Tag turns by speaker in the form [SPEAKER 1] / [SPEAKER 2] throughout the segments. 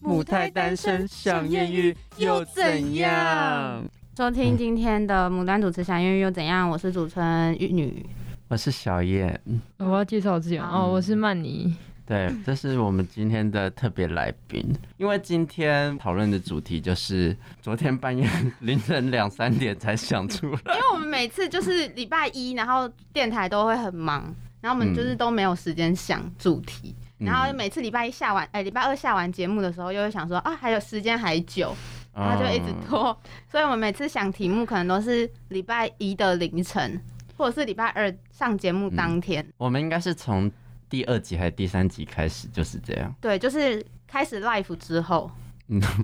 [SPEAKER 1] 母胎单身想艳遇又怎样？
[SPEAKER 2] 收听今天的牡丹主持想艳遇又怎样？我是主持人玉女。
[SPEAKER 1] 我是小叶，
[SPEAKER 3] 我要介绍自己
[SPEAKER 2] 好
[SPEAKER 3] 哦，我是曼妮。
[SPEAKER 1] 对，这是我们今天的特别来宾。因为今天讨论的主题就是昨天半夜凌晨两三点才想出来，
[SPEAKER 2] 因为我们每次就是礼拜一，然后电台都会很忙，然后我们就是都没有时间想主题。
[SPEAKER 1] 嗯
[SPEAKER 2] 然后每次礼拜一下完，哎、礼拜二下完节目的时候，又会想说啊，还有时间还久，
[SPEAKER 1] 啊
[SPEAKER 2] 然后就一直
[SPEAKER 1] 嗯
[SPEAKER 2] 拖。所以我们每次想题目，可能都是礼拜一的凌晨，或者是礼拜二上节目当天。
[SPEAKER 1] 我们应该是从第二集还是第三集开始就是这样。
[SPEAKER 2] 对，就是开始 live 之后，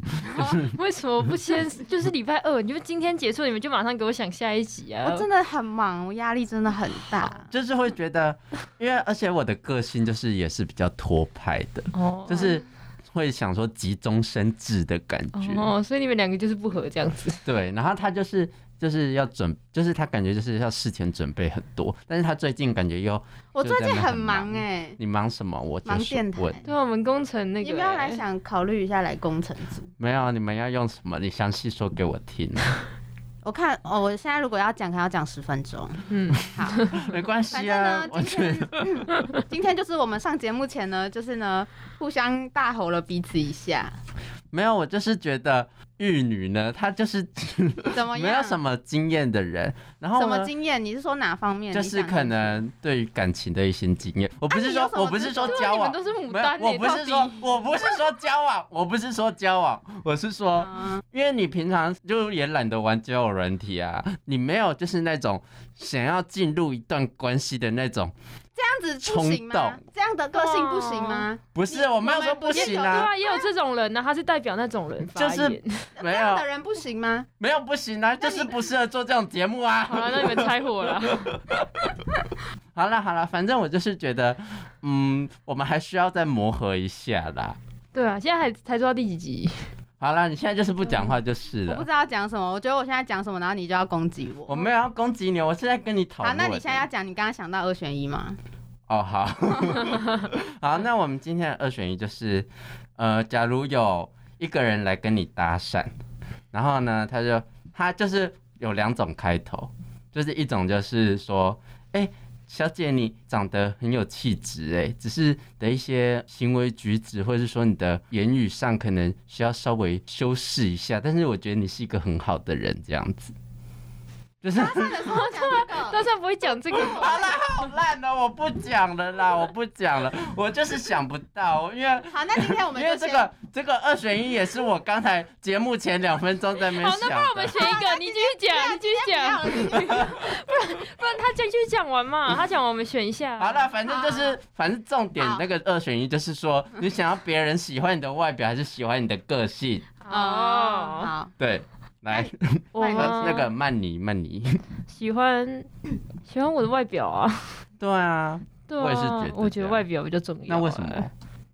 [SPEAKER 3] 为什么不 先？就是礼拜二，你就今天结束，你们就马上给我想下一集啊！
[SPEAKER 2] 我真的很忙，我压力真的很大。
[SPEAKER 1] 就是会觉得，因为而且我的个性就是也是比较拖拍的，
[SPEAKER 3] 哦，
[SPEAKER 1] 就是会想说急中生智的感觉。
[SPEAKER 3] 哦，所以你们两个就是不合这样子。
[SPEAKER 1] 对，然后他就是就是要准，就是他感觉就是要事前准备很多，但是他最近感觉又
[SPEAKER 2] 我最近
[SPEAKER 1] 就在那
[SPEAKER 2] 很
[SPEAKER 1] 很
[SPEAKER 2] 忙
[SPEAKER 1] 忙
[SPEAKER 2] 哎、
[SPEAKER 1] 你忙什么？我就
[SPEAKER 2] 忙
[SPEAKER 1] 是
[SPEAKER 2] 电台
[SPEAKER 1] 问，
[SPEAKER 3] 对啊，我们工程那个、
[SPEAKER 2] 你们要
[SPEAKER 1] 欸
[SPEAKER 2] 来，想考虑一下来工程组。
[SPEAKER 1] 没有，你们要用什么？你详细说给我听。啊
[SPEAKER 2] 我看哦，我现在如果要讲，可能要讲十分钟。
[SPEAKER 3] 嗯，
[SPEAKER 2] 好，
[SPEAKER 1] 没关
[SPEAKER 2] 反
[SPEAKER 1] 系
[SPEAKER 2] 正呢
[SPEAKER 1] 啊，，我
[SPEAKER 2] 今
[SPEAKER 1] 觉得
[SPEAKER 2] 天、嗯 今天就是我们上节目前呢，就是呢互相大吼了彼此一下，
[SPEAKER 1] 没有，我就是觉得玉女呢，她就是
[SPEAKER 2] 怎么样？
[SPEAKER 1] 没有什么经验的人，然
[SPEAKER 2] 什
[SPEAKER 1] 后
[SPEAKER 2] 么
[SPEAKER 1] 呢，
[SPEAKER 2] 经验？你是说哪方面？
[SPEAKER 1] 就
[SPEAKER 2] 你
[SPEAKER 1] 是
[SPEAKER 2] 想
[SPEAKER 1] 可能对于感情的一些经验。我不
[SPEAKER 2] 啊
[SPEAKER 1] 是
[SPEAKER 2] 你
[SPEAKER 1] 说
[SPEAKER 2] 有什，么
[SPEAKER 1] 我不是说
[SPEAKER 3] 对啊，
[SPEAKER 1] 交
[SPEAKER 3] 你们
[SPEAKER 1] 往，
[SPEAKER 3] 都是牡
[SPEAKER 1] 没
[SPEAKER 3] 丹
[SPEAKER 1] 有，
[SPEAKER 2] 欸
[SPEAKER 1] 我
[SPEAKER 3] 耶，
[SPEAKER 1] 不是
[SPEAKER 3] 到
[SPEAKER 1] 说
[SPEAKER 3] 底，
[SPEAKER 1] 我不是说交往，我不是说交往，我是说。
[SPEAKER 2] 嗯
[SPEAKER 1] 因为你平常就也懒得玩交友软体啊，你没有就是那种想要进入一段关系的那种，
[SPEAKER 2] 这样子不行吗
[SPEAKER 1] 冲？哦
[SPEAKER 2] 这样的个性不行吗？
[SPEAKER 1] 不
[SPEAKER 2] 你
[SPEAKER 1] 是我没有
[SPEAKER 2] 你们
[SPEAKER 1] 说
[SPEAKER 2] 不
[SPEAKER 1] 不
[SPEAKER 2] 是
[SPEAKER 1] 行
[SPEAKER 2] 有
[SPEAKER 3] 对
[SPEAKER 1] 啊，
[SPEAKER 3] 啊，也有这种人呢、他是代表那种人发
[SPEAKER 1] 就是
[SPEAKER 3] 言。
[SPEAKER 2] 这
[SPEAKER 1] 没
[SPEAKER 2] 样的
[SPEAKER 1] 有
[SPEAKER 2] 人不行吗？
[SPEAKER 1] 没有不行啊，就是不适合做这种节目 啊。
[SPEAKER 3] 好了，那你们拆伙 了。
[SPEAKER 1] 好了好了，反正我就是觉得，嗯，我们还需要再磨合一下啦。
[SPEAKER 3] 对啊，现在还才做到第几集？
[SPEAKER 1] 好啦，你现在就是不讲话就是
[SPEAKER 2] 我
[SPEAKER 1] 了
[SPEAKER 2] 不。知道讲什么，我觉得我现在讲什么，然后你就要攻击我。
[SPEAKER 1] 我没有要攻击你，我是在跟你讨
[SPEAKER 2] 好，
[SPEAKER 1] 论。
[SPEAKER 2] 那你现在要讲你刚刚想到二选一吗？
[SPEAKER 1] 哦，好， 好，那我们今天的二选一就是，呃，假如有一个人来跟你搭讪，然后呢，他就他就是有两种开头，就是一种就是说，哎、小姐你长得很有气质，哎，只是的一些行为举止或者是说你的言语上可能需要稍微修饰一下，但是我觉得你是一个很好的人，这样子，就是。
[SPEAKER 2] 算了，不要讲这个
[SPEAKER 3] 但是不会 讲这个吧，
[SPEAKER 1] 好啦，好烂哦！我不讲了啦，我不讲了，我就是想不到，因为
[SPEAKER 2] 好，那今天我们
[SPEAKER 1] 因
[SPEAKER 2] 就
[SPEAKER 1] 为
[SPEAKER 2] 先
[SPEAKER 1] 这个这个二选一也是我刚才节目前两分钟在那边
[SPEAKER 3] 好，那不然我
[SPEAKER 1] 想
[SPEAKER 3] 们
[SPEAKER 1] 的。
[SPEAKER 3] 选一个，你继续
[SPEAKER 2] 啊
[SPEAKER 3] 讲，你继 续讲，不然他继续讲完嘛，他讲完我们选一下。
[SPEAKER 1] 好了，，反正就是，反正重点
[SPEAKER 2] 好
[SPEAKER 1] 那个二选一就是说，你想要别人喜欢你的外表，还是喜欢你的个性？
[SPEAKER 3] 哦，
[SPEAKER 2] 好，
[SPEAKER 1] 对，来，
[SPEAKER 3] 我
[SPEAKER 1] 哎
[SPEAKER 3] 吗
[SPEAKER 1] 那个曼妮，曼妮，
[SPEAKER 3] 喜欢喜欢我的外表啊，
[SPEAKER 1] 对啊，
[SPEAKER 3] 对啊，
[SPEAKER 1] 我也是觉得
[SPEAKER 3] 我觉
[SPEAKER 1] 这
[SPEAKER 3] 得
[SPEAKER 1] 样
[SPEAKER 3] 外表比较重要。
[SPEAKER 1] 那
[SPEAKER 3] 啊
[SPEAKER 1] 为什么？？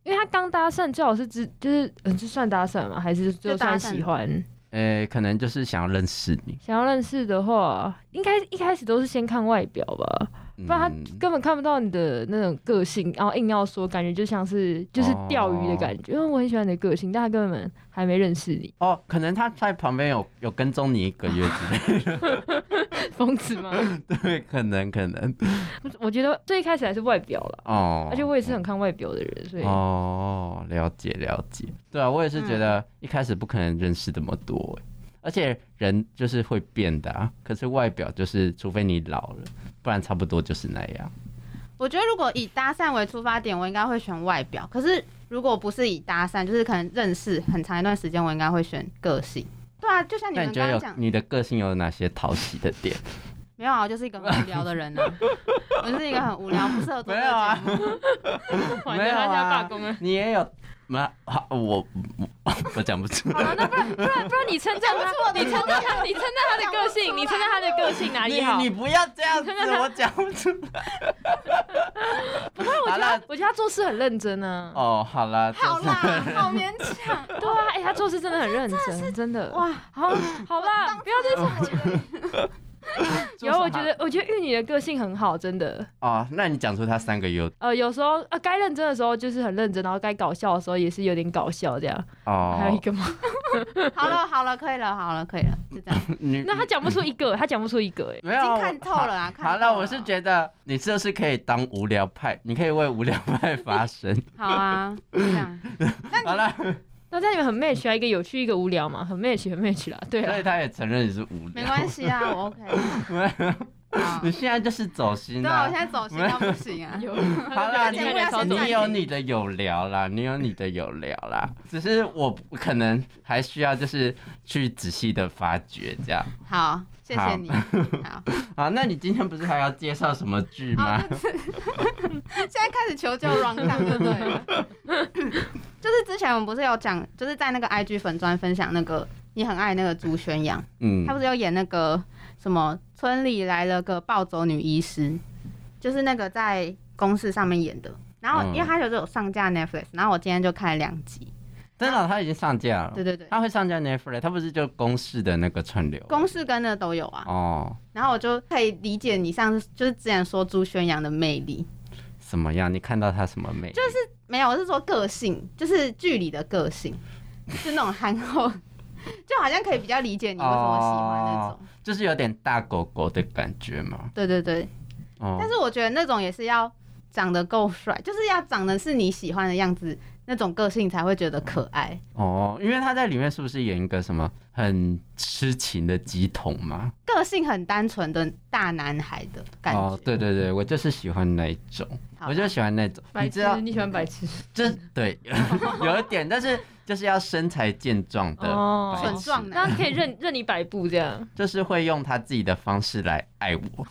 [SPEAKER 3] 因为他刚搭讪，最好是只就是嗯，这算搭讪吗？还是就算喜欢？
[SPEAKER 1] 呃，可能就是想要认识你，
[SPEAKER 3] 想要认识的话，应该一开始都是先看外表吧，
[SPEAKER 1] 不
[SPEAKER 3] 不然他根本看不到你的那种个性，然后硬要说，感觉就像是就是钓鱼的感觉。因为我很喜欢你的个性，但他根本还没认识你，
[SPEAKER 1] 哦，可能他在旁边有有跟踪你一个月之类
[SPEAKER 3] 疯子 吗？
[SPEAKER 1] 的，对，可能可能。
[SPEAKER 3] 我觉得最一开始还是外表啦，
[SPEAKER 1] 哦，
[SPEAKER 3] 而且我也是很看外表的人，所以
[SPEAKER 1] 哦，了解了解。对啊，我也是觉
[SPEAKER 3] 嗯
[SPEAKER 1] 得一开始不可能认识这么多欸、而且人就是会变的啊。可是外表就是，除非你老了，不然差不多就是那样。
[SPEAKER 2] 我觉得如果以搭讪为出发点，我应该会选外表。可是如果不是以搭讪，就是可能认识很长一段时间，我应该会选个性。对啊，就像你
[SPEAKER 1] 那
[SPEAKER 2] 们
[SPEAKER 1] 你觉
[SPEAKER 2] 刚
[SPEAKER 1] 得
[SPEAKER 2] 刚讲，
[SPEAKER 1] 有你的个性有哪些讨喜的 点？
[SPEAKER 2] 没有啊，我就是一个很无聊的人啊，我就是一个很无聊，不适合做这个
[SPEAKER 1] 没有啊
[SPEAKER 2] 节目。
[SPEAKER 3] 完
[SPEAKER 1] 没
[SPEAKER 3] 了
[SPEAKER 1] 有
[SPEAKER 3] 他
[SPEAKER 1] 啊
[SPEAKER 3] 现在要罢工了。
[SPEAKER 1] 你也有吗？啊，我 我我讲不出
[SPEAKER 3] 好
[SPEAKER 1] 来。
[SPEAKER 3] 了，啊那不然不然不然你称赞他，你称赞他，你称赞他的个性，你称赞他的个性哪里好
[SPEAKER 1] 你？你不要这样子，我讲不出来。
[SPEAKER 3] 不会，我觉
[SPEAKER 1] 好
[SPEAKER 3] 得
[SPEAKER 1] 啦
[SPEAKER 3] 他我觉得他做事很认真啊。
[SPEAKER 1] 哦，好啦，就
[SPEAKER 2] 好
[SPEAKER 1] 是
[SPEAKER 2] 啦，好勉强。
[SPEAKER 3] 对啊，哎、他做事真的很认真，真的
[SPEAKER 2] 哇
[SPEAKER 3] 哇，好好啦，不要再
[SPEAKER 2] 我
[SPEAKER 1] 做
[SPEAKER 3] 有，
[SPEAKER 1] 什么
[SPEAKER 3] 我觉得我觉得玉女的个性很好，真的。
[SPEAKER 1] 哦，那你讲出他三个优
[SPEAKER 3] 呃，有时候呃该认真的时候就是很认真，然后该搞笑的时候也是有点搞笑这样。还有一
[SPEAKER 1] 哦，
[SPEAKER 3] 个吗？
[SPEAKER 2] 好了好了，可以了好了可以了，是这样，
[SPEAKER 1] 你
[SPEAKER 3] 那他讲不出一
[SPEAKER 1] 嗯
[SPEAKER 3] 个，他讲不出一个哎。
[SPEAKER 1] 没
[SPEAKER 2] 已
[SPEAKER 1] 有
[SPEAKER 2] 经看透了啊。看
[SPEAKER 1] 好
[SPEAKER 2] 透
[SPEAKER 1] 了，我是觉得你就是可以当无聊派，你可以为无聊派 发声。
[SPEAKER 2] 好啊，这样
[SPEAKER 1] 好了，
[SPEAKER 3] 那这样你们很 match 啊，一个有趣，一个无聊嘛，很 match 很 match 啦。对啊
[SPEAKER 1] 所
[SPEAKER 3] 了
[SPEAKER 1] 以，他也承认你是无
[SPEAKER 2] 没
[SPEAKER 1] 聊。
[SPEAKER 2] 关系啊，我 OK。好
[SPEAKER 1] 你现在就是走心
[SPEAKER 2] 对啊，我
[SPEAKER 1] 啦
[SPEAKER 2] 现。在走心到不行啊。
[SPEAKER 3] 有。
[SPEAKER 1] 好啦，你
[SPEAKER 2] 这个节目要先暂
[SPEAKER 1] 你
[SPEAKER 2] 停
[SPEAKER 1] 有你的有聊啦，你有你的有聊啦，只是我不可能还需要就是去仔细的发掘这样。
[SPEAKER 2] 好，谢谢你。好，
[SPEAKER 1] 啊，那你今天不是还要介绍什么剧吗
[SPEAKER 2] 好，？就是现在开始求救 run down 就对了。就是之前我们不是有讲，就是在那个 IG 粉专分享那个你很爱那个朱宣阳，
[SPEAKER 1] 嗯
[SPEAKER 2] 他，不是有演那个什么村里来了个暴走女医师，就是那个在公视上面演的。然后
[SPEAKER 1] 嗯
[SPEAKER 2] 因为他有有上架 Netflix，然后我今天就看了两集。
[SPEAKER 1] 真的，他已经上架了
[SPEAKER 2] 对。对对，
[SPEAKER 1] 他会上架 Netflix，他不是就公式的那个串流
[SPEAKER 2] 公视跟那个都有啊。
[SPEAKER 1] 哦？
[SPEAKER 2] 然后我就可以理解你上次就是之前说朱宣阳的魅力，
[SPEAKER 1] 什么样？你看到他什么美？就是
[SPEAKER 2] 没有，我是说个性，就是剧里的个性，是那种憨厚， 就好像可以比较理解你为什么喜欢那种。
[SPEAKER 1] 就是有点大狗狗的感觉嘛。
[SPEAKER 2] 对对对，但
[SPEAKER 1] 哦，
[SPEAKER 2] 是我觉得那种也是要长得够帅，就是要长得是你喜欢的样子，那种个性才会觉得可爱。
[SPEAKER 1] 哦，因为他在里面是不是演一个什么很痴情的鸡桶嘛？
[SPEAKER 2] 个性很单纯的大男孩的感觉，
[SPEAKER 1] 哦，对对对，我就是喜欢那一种，
[SPEAKER 2] 好吧
[SPEAKER 1] 我就喜欢那种。
[SPEAKER 3] 白
[SPEAKER 1] 你知道
[SPEAKER 3] 痴，，你喜欢白痴
[SPEAKER 1] 这对 有一点，但是就是要身材健壮的
[SPEAKER 3] 哦
[SPEAKER 1] 白痴
[SPEAKER 2] 蠢壮男。
[SPEAKER 3] 那可以任任你摆布这 样。
[SPEAKER 1] 就是会用他自己的方式来爱我。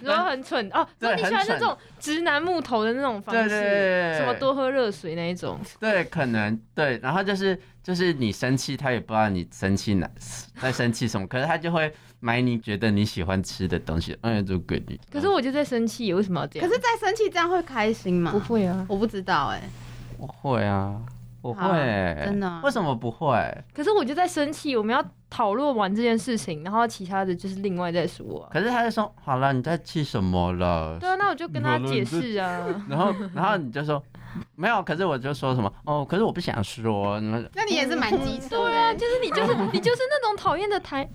[SPEAKER 3] 你说很蠢哦，
[SPEAKER 1] 对
[SPEAKER 3] 说你喜欢
[SPEAKER 1] 很蠢
[SPEAKER 3] 那种直男木头的那种方
[SPEAKER 1] 对
[SPEAKER 3] 式，
[SPEAKER 1] 对对对对
[SPEAKER 3] 什么多喝热水那一种，
[SPEAKER 1] 对，可能对，然后就是就是你生气，他也不知道你生气哪 在生气什么，可是他就会买你觉得你喜欢吃的东西，嗯，就给你。
[SPEAKER 3] 可是我就在生气，为什么要这
[SPEAKER 2] 可
[SPEAKER 3] 样？
[SPEAKER 2] 是再生气这样会开心吗
[SPEAKER 3] 不？会啊，
[SPEAKER 2] 我不知道哎、
[SPEAKER 1] 我会啊，我会
[SPEAKER 2] 好，真的啊
[SPEAKER 1] 为什么不会？
[SPEAKER 3] 可是我就在生气，我们要讨论完这件事情，然后其他的就是另外再说啊、
[SPEAKER 1] 可是他就说好了，你在气什么了？
[SPEAKER 3] 对啊，那我就跟他解释啊。
[SPEAKER 1] 然后然后你就说没有，可是我就说什么哦，可是我不想说，然后
[SPEAKER 2] 那你也是蛮机车
[SPEAKER 3] 对
[SPEAKER 2] 的、欸
[SPEAKER 3] 啊，就是你就是你就是那种讨厌的台，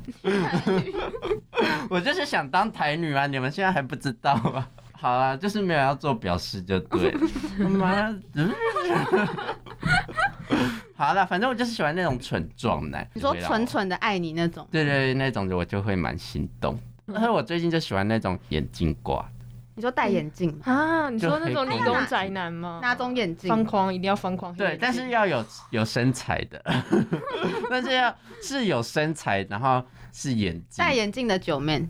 [SPEAKER 1] 我就是想当台女啊，你们现在还不知道吗？ 好啦，就是没有要做表示就对了。 妈，嗯 好啦，反正我就是喜欢那种蠢壮男。
[SPEAKER 2] 你说蠢？蠢的爱你那种，
[SPEAKER 1] 对对对，那种我就会蛮心动。但是我最近就喜欢那种眼镜挂，
[SPEAKER 2] 你说戴眼镜吗？
[SPEAKER 3] 啊，你说那
[SPEAKER 1] 就
[SPEAKER 3] 种理
[SPEAKER 1] 黑
[SPEAKER 3] 工宅男吗？
[SPEAKER 2] 哪种眼镜？
[SPEAKER 3] 方框一定要方框。黑
[SPEAKER 1] 对，
[SPEAKER 3] 眼
[SPEAKER 1] 但是
[SPEAKER 3] 镜
[SPEAKER 1] 要有有身材的， 但是要是有身材，然后是眼睛
[SPEAKER 2] 戴，眼镜的九妹，